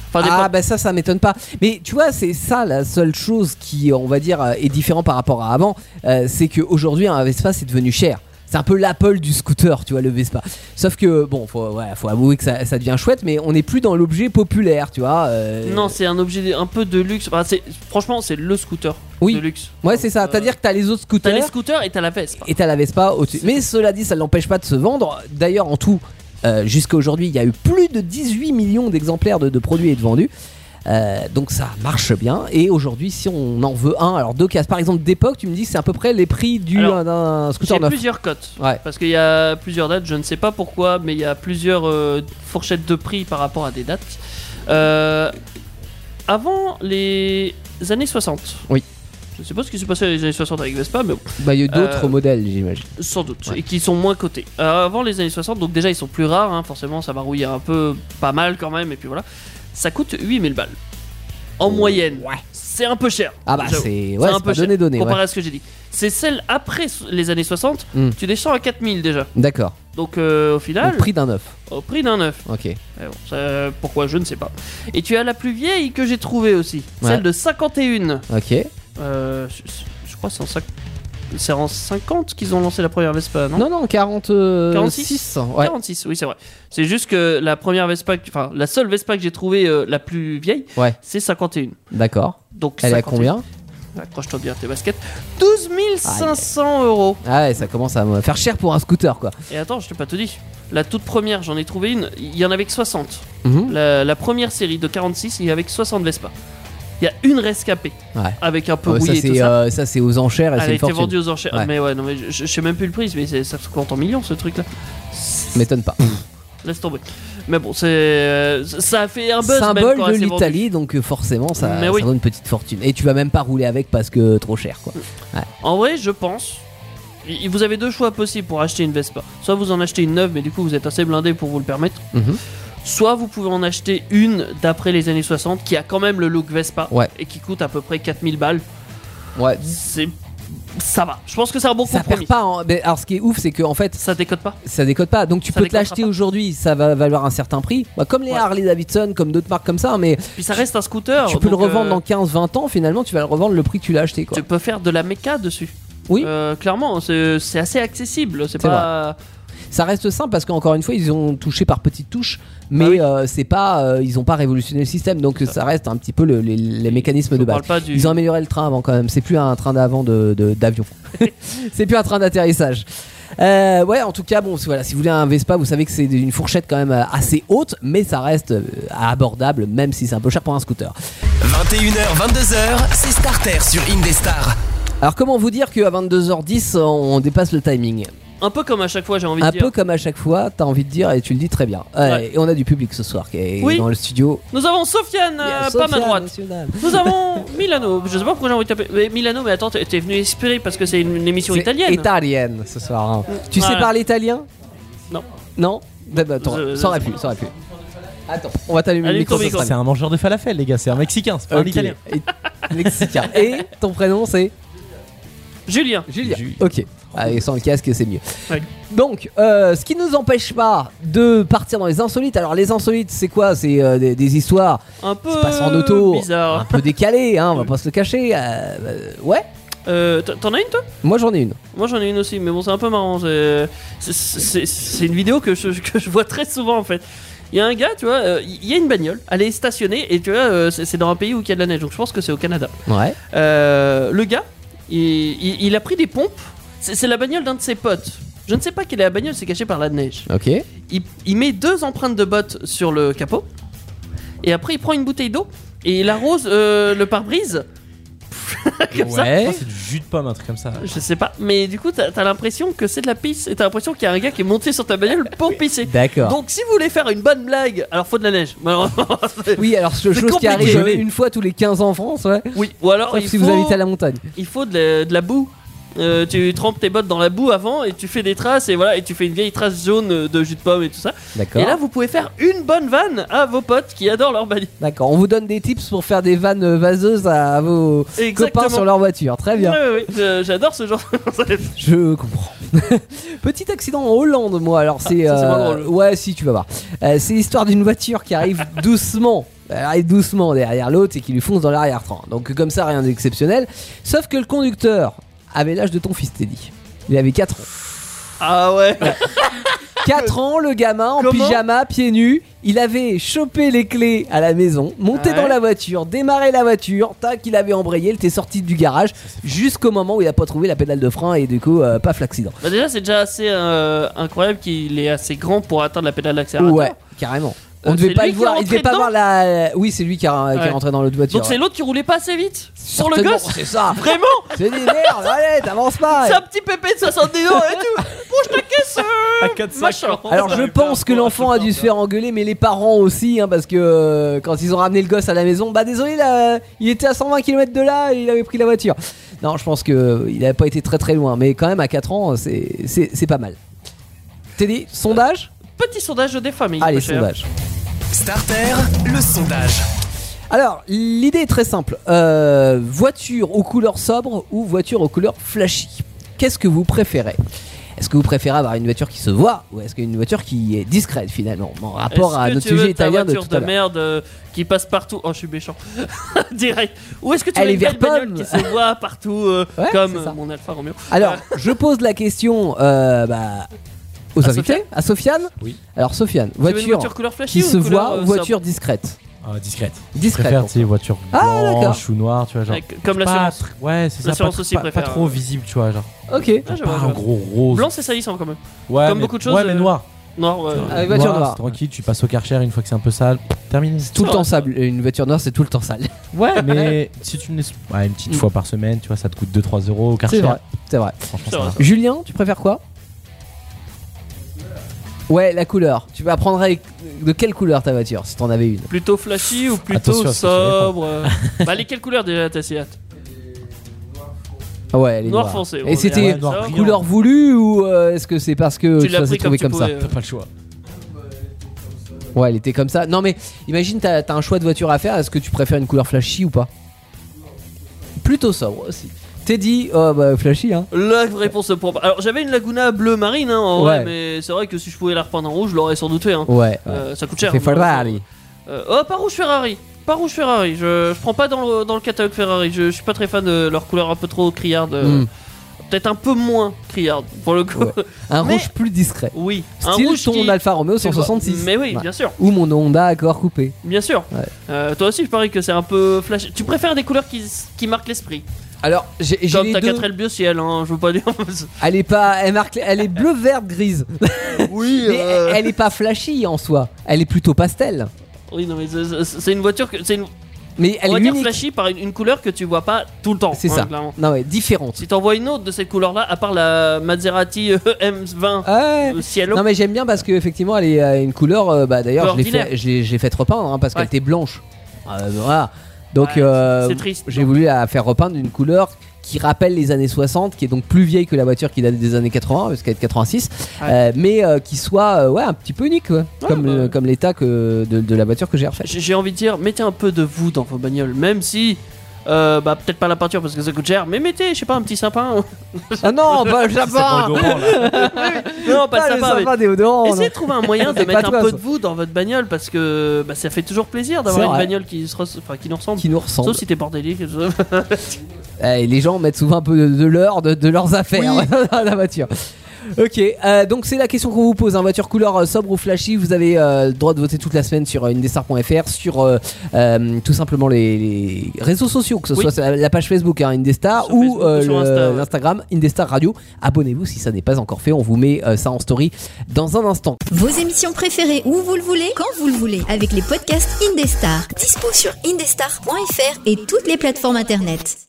Enfin, d'époque. Ah bah ça ça m'étonne pas. Mais tu vois c'est ça la seule chose qui on va dire euh, est différent par rapport à avant, euh, c'est qu'aujourd'hui un Vespa c'est devenu cher. C'est un peu l'Apple du scooter, tu vois, le Vespa. Sauf que, bon, faut, ouais, faut avouer que ça, ça devient chouette, mais on n'est plus dans l'objet populaire, tu vois. euh, Non, c'est un objet un peu de luxe. Enfin, c'est- franchement, c'est le scooter Oui. de luxe. Ouais, c'est ça. Donc, euh, C'est-à-dire que t'as les autres T'as les scooters scooters et t'as la Vespa. et t'as la Vespa au-dessus. Mais cela dit, ça ne l'empêche pas de se vendre. D'ailleurs, en tout, euh, jusqu'à aujourd'hui, il y a eu plus de 18 millions d'exemplaires de, de produits et de vendus. Euh, donc ça marche bien. Et aujourd'hui, si on en veut un, alors deux cases par exemple d'époque, tu me dis que c'est à peu près les prix du Alors, euh, d'un J'ai scooter neuf. plusieurs cotes. Ouais. Parce qu'il y a plusieurs dates, je ne sais pas pourquoi, mais il y a plusieurs euh, fourchettes de prix par rapport à des dates. Euh, avant les années 60. Oui. Je sais pas ce qui s'est passé dans les années 60 avec Vespa, mais bon. Bah, il y a d'autres Euh, modèles, j'imagine. Sans doute, Ouais. et qui sont moins cotés. Euh, avant les années 60, donc déjà ils sont plus rares, hein, forcément ça va rouiller un peu, pas mal quand même, et puis voilà. Ça coûte 8000 balles. En moyenne. Ouais. C'est un peu cher. Oh. Ah bah J'avoue. c'est ouais, c'est un peu pas cher, donné donné. comparé ouais. à ce que j'ai dit. C'est celle après so- les années 60, Hmm. tu descends à 4000 déjà. D'accord. Donc euh, au Le final, prix d'un neuf. au prix d'un neuf. Ok. Mais bon, ça, pourquoi je ne sais pas. Et tu as la plus vieille que j'ai trouvée aussi, Ouais. celle de 51. Ok. Euh, je, je crois que c'est en, cinq- c'est en 50 qu'ils ont lancé la première Vespa, Non non 46. 46. Ouais. 46, oui, c'est vrai. C'est juste que la première Vespa, que- enfin, la seule Vespa que j'ai trouvée euh, la plus vieille, Ouais. c'est 51. D'accord. Donc, Elle est à 51. combien Accroche-toi bien à tes baskets. 12 500 euros. Ah ouais, ça commence à me faire cher pour un scooter quoi. Et attends, je t'ai pas tout dit. La toute première, j'en ai trouvé une, il y en avait que 60. Mhm. La, la première série de 46, il y avait que 60 Vespa. Il y a une rescapée. Ouais. Avec un peu Ouais, ça rouillé et tout c'est ça. euh, ça, c'est aux enchères et Elle c'est a une été fortune. vendue aux enchères. Ouais. Mais ouais, non, mais je, je- je sais même plus le prix, mais c'est- ça se compte en millions ce truc là. M'étonne pas. Laisse tomber. Mais bon, c'est. euh, ça a fait un buzz. même Symbole quand de elle s'est vendue. l'Italie, donc euh, forcément ça, Mais ça oui. vaut une petite fortune. Et tu vas même pas rouler avec parce que trop cher quoi. En vrai, je pense. i- Vous avez deux choix possibles pour acheter une Vespa. Soit vous en achetez une neuve, mais du coup vous êtes assez blindé pour vous le permettre. Mhm. Soit vous pouvez en acheter une d'après les années 60 qui a quand même le look Vespa Ouais. et qui coûte à peu près 4000 balles. Ouais. C'est ça va. Je pense que c'est un bon Ça compromis. perd pas. en- mais alors ce qui est ouf, c'est que en fait, Ça décode pas. ça décode pas. Donc tu Ça peux te décodera l'acheter pas. aujourd'hui, ça va valoir un certain prix. Bah, comme les Ouais. Harley Davidson, comme d'autres marques comme ça, hein, mais Puis ça reste un scooter. tu peux le donc, euh, revendre dans 15-20 ans. Finalement, tu vas le revendre le prix que tu l'as acheté. Quoi. Tu peux faire de la méca dessus. Oui. Euh, clairement, c'est c'est assez accessible. C'est C'est pas. Ça reste simple parce qu'encore une fois, ils ont touché par petites touches, mais Bah oui. euh, c'est pas, euh, ils ont pas révolutionné le système. Donc ça reste un petit peu le- les, les mécanismes Je de base. parle pas du. Ils ont amélioré le train avant quand même. C'est plus un train d'avant de- de- d'avion. c'est plus un train d'atterrissage. Euh, ouais, en tout cas, bon, si- voilà, si vous voulez un Vespa, vous savez que c'est une fourchette quand même euh, assez haute, mais ça reste euh, abordable, même si c'est un peu cher pour un scooter. 21h, 22h, c'est Starter sur Indestar. Alors, comment vous dire qu'à 22h10, on dépasse le timing Un peu comme à chaque fois, j'ai envie Un de dire. peu comme à chaque fois, t'as envie de dire, et tu le dis très bien. Euh, Ouais. Et on a du public ce soir qui est Oui. dans le studio. Nous avons Sofiane, euh, Yes, pas ma Sofiane, droite. monsieur, madame. Nous avons Milano. Je sais pas pourquoi j'ai envie de taper. Mais Milano, mais attends, t'es t'es venu espérer parce que c'est une, une émission C'est italienne. Italienne ce soir. hein. Tu sais Voilà. parler italien Non. Non Bah, bah, t'aurais- Je- je- ça aurait pu, ça aurait pu. Attends, on va t'allumer le Allume micro. ton ça micro. sera C'est un mangeur de falafel, les gars, c'est un mexicain, c'est pas Ok. un italien. Et- Mexicain. Et ton prénom c'est Julien. Julien. Ju- Ok. Allez, sans le casque, c'est mieux. Ouais. Donc, euh, ce qui ne nous empêche pas de partir dans les insolites. Alors, les insolites, c'est quoi C'est euh, des, des histoires Un peu. qui se passent en auto, un Bizarre. peu décalées, hein, on va pas se le cacher. euh, euh, ouais, Euh, t- T'en as une toi moi j'en ai une. Moi j'en ai une aussi, mais bon, c'est un peu marrant. c'est- c'est- C'est c'est une vidéo que je, que je vois très souvent en fait. Il y a un gars, tu vois, euh, il y a une bagnole, elle est stationnée et tu vois, euh, c'est c'est dans un pays où il y a de la neige, donc je pense que c'est au Canada. Ouais. Euh, le gars, il, il- il a pris des pompes, c'est c'est la bagnole d'un de ses potes. Je ne sais pas quelle est la bagnole, c'est caché par la neige. Ok. Il, il met deux empreintes de bottes sur le capot et après il prend une bouteille d'eau et il arrose euh, le pare-brise. Comme ça. Je crois que Oh, c'est du jus de pomme, un truc comme ça. Je sais pas, mais du coup, t'as t'as l'impression que c'est de la pisse et t'as l'impression qu'il y a un gars qui est monté sur ta bagnole pour pisser. D'accord. Donc, si vous voulez faire une bonne blague, alors faut de la neige. Malheureusement, c'est- Oui, alors ce C'est chose qui compliqué. arrive Oui. une fois tous les 15 ans en France, ouais. oui, ou alors Sauf il, si faut, vous habitez à la montagne. il faut de la, de la boue. Euh, tu trempes tes bottes dans la boue avant et tu fais des traces et voilà, et tu fais une vieille trace jaune euh, de jus de pomme et tout ça. D'accord. Et là, vous pouvez faire une bonne vanne à vos potes qui adorent leur bagnole. D'accord. On vous donne des tips pour faire des vannes vaseuses à vos copains sur leur voiture. Très bien. Ouais, ouais, ouais. Je- J'adore ce genre de Je comprends. Petit accident en Hollande, moi. Alors c'est, Ah, ça, c'est euh, moins drôle. ouais, si tu vas voir. Euh, c'est l'histoire d'une voiture qui arrive doucement. Elle arrive doucement derrière l'autre et qui lui fonce dans l'arrière-train. Donc comme ça, rien d'exceptionnel. Sauf que le conducteur avait l'âge de ton fils Teddy. Il avait 4 ans. Ah ouais. 4 ans, le gamin en Comment pyjama, pieds nus. Il avait chopé les clés à la maison, monté Ouais. dans la voiture, démarré la voiture, tac, il avait embrayé, il était sorti du garage jusqu'au moment où il a pas trouvé la pédale de frein et du coup, euh, paf, l'accident. Bah déjà, c'est déjà assez euh, incroyable qu'il est assez grand pour atteindre la pédale d'accélérateur. Ouais, carrément. On Euh, devait c'est pas lui le qui est voir, il rentré devait pas dedans voir la. Oui, c'est lui qui, a- qui est Ouais. rentré dans l'autre voiture. Donc c'est l'autre qui roulait pas assez vite sur le Certainement, Ah gosse. C'est ça. Vraiment C'est dit merde, allez, t'avances pas. C'est un petit pépé de 70 ans et tout. Bon, je te casse euh, À 4 Machin. Alors je pense que l'enfant a dû se faire engueuler, mais les parents aussi, hein, parce que euh, quand ils ont ramené le gosse à la maison, bah désolé, là, il était à 120 km de là, et il avait pris la voiture. Non, je pense que euh, il n'avait pas été très très loin, mais quand même à 4 ans, c'est c'est c'est pas mal. Teddy, sondage Petit sondage des familles. Allez, mon cher. sondage. Starter, le sondage. Alors, l'idée est très simple. Euh, voiture aux couleurs sobres ou voiture aux couleurs flashy Qu'est-ce que vous préférez Est-ce que vous préférez avoir une voiture qui se voit ou est-ce qu'une voiture qui est discrète finalement En rapport Est-ce à que notre tu veux sujet ta italien de voiture tout à l'heure. merde euh, qui passe partout. Oh, je suis méchant. Direct. Ou est-ce que tu Elle veux est une belle vert bagnole pomme. qui se voit partout euh, Ouais, comme c'est ça. euh, mon Alfa Romeo Alors, je pose la question euh, bah, aux À invités, Sofiane à Sofiane. Oui. Alors, Sofiane, Tu veux une voiture, voiture couleur flashy qui ou se couleur, voit euh, ou voiture discrète Ah, discrète. Je Discrète. préfère, donc. tu sais, voiture Ah, d'accord. blanche ou noire, tu vois, genre. sobre Avec- Comme Pas l'assurance. tr- Ouais, c'est ça. Pas, L'assurance tr- aussi pas- pas préfère, trop ouais. visible, tu vois, genre. Ok. Ah, je Pas vois, je un vois. gros rose. Blanc, c'est salissant quand même. Ouais, comme mais- beaucoup de choses, Ouais, mais euh, noir. Noir, ouais. Ah, les voitures Noir, noires. c'est Tranquille, tu passes au karcher une fois que c'est un peu sale. Terminé. C'est tout Ah, le temps sable. Une voiture noire, c'est tout le temps sale. Ouais, mais si tu me laisses. Ouais, une petite Mm. fois par semaine, tu vois, ça te coûte 2-3 euros au karcher. C'est vrai. C'est vrai. Franchement, C'est ça vrai. va. Julien, tu préfères quoi Ouais, la couleur. Tu vas apprendre avec- de quelle couleur ta voiture, si t'en avais une. Plutôt flashy ou plutôt Attention à ce que tu sobre euh, Bah, les quelles couleurs déjà, t'as si hâte Ah ouais, elle est Noir noire. foncé. Et bon, c'était ouais, noir sobre. brillant. couleur voulue ou euh, est-ce que c'est parce que Tu l'as ça pris s'est comme trouvé tu comme, ça pouvais. euh. T'as pas le choix. Ouais, elle était comme ça. Non mais imagine, t'as t'as un choix de voiture à faire. Est-ce que tu préfères une couleur flashy ou pas Plutôt sobre aussi. Teddy, oh, bah, flashy, hein. La réponse propre. Alors j'avais une Laguna bleu marine hein, en vrai, Ouais. mais c'est vrai que si je pouvais la repeindre en rouge, je l'aurais sans doute fait. hein. Ouais. ouais. Euh, ça coûte cher. C'est mais bon, Ferrari. euh, oh, pas rouge Ferrari. Pas rouge Ferrari. Je, je prends pas dans le, dans le catalogue Ferrari. Je, je suis pas très fan de leur couleur un peu trop criarde. euh, Mm. Peut-être un peu moins criarde pour le coup. Ouais. Un Mais- rouge plus discret. oui. Un Style rouge ton qui- Alfa Romeo tu vois, 166. Mais oui, Ouais. bien sûr. Ou mon Honda Accord coupé. Bien sûr. Ouais. Euh, toi aussi, je parie que c'est un peu flash. Tu préfères des couleurs qui, qui marquent l'esprit. Alors, j'ai j'ai Comme les ta deux. 4L bio ciel, hein, je veux pas dire. Elle est pas, elle marque, elle est bleu, verte, grise. oui, Mais elle- elle est pas flashy en soi. Elle est plutôt pastel. Oui, non, mais c'est- c'est c'est une voiture que. c'est Une... Mais elle On va est dire unique. flashy par une, une couleur que tu vois pas tout le temps. C'est hein, ça. clairement. Non ouais, différente. Si t'en vois une autre de cette couleur là, à part la Maserati euh, M20 Ah Ouais. euh, cielo. Non mais j'aime bien parce que effectivement elle est euh, une couleur. euh, bah d'ailleurs Couleur je l'ai fait, binaire. j'ai j'ai fait repeindre hein, parce Ouais. qu'elle était blanche. Euh, voilà. Donc Ouais, euh, c'est triste. j'ai voulu la faire repeindre d'une couleur qui rappelle les années 60, qui est donc plus vieille que la voiture qui date des années 80 parce qu'elle est de 86, Ouais. euh, mais euh, qui soit euh, ouais un petit peu unique, ouais. comme bah. euh, comme l'état que de, de la voiture que j'ai refaite. J'ai j'ai envie de dire, mettez un peu de vous dans vos bagnoles, même si. euh, bah peut-être pas la peinture parce que ça coûte cher, mais mettez, je sais pas, un petit sapin. Ah non, pas le bah. sapin. non, pas Pas de Ah, le sapin. mais- sapin déodorant. Oh non. Essayez de trouver un moyen de C'est mettre pas un toi, peu ça. de vous dans votre bagnole parce que bah, ça fait toujours plaisir d'avoir C'est une vrai. bagnole qui, se res- enfin, qui nous ressemble. Qui nous ressemble. Sauf si t'es bordélique. Eh, les gens mettent souvent un peu de, de leur, de, de leurs affaires dans la voiture. Ok, euh, donc c'est la question qu'on vous pose. Hein, voiture couleur euh, sobre ou flashy, vous avez euh, le droit de voter toute la semaine sur euh, indestar.fr, sur euh, euh, tout simplement les, les réseaux sociaux, que ce Oui. soit la, la page Facebook hein, Indestar Sur ou Facebook euh, ou sur le- Insta, ouais. l'Instagram Indestar Radio. Abonnez-vous si ça n'est pas encore fait, on vous met euh, ça en story dans un instant. Vos émissions préférées où vous le voulez, quand vous le voulez, avec les podcasts Indestar. Dispo sur indestar.fr et toutes les plateformes internet.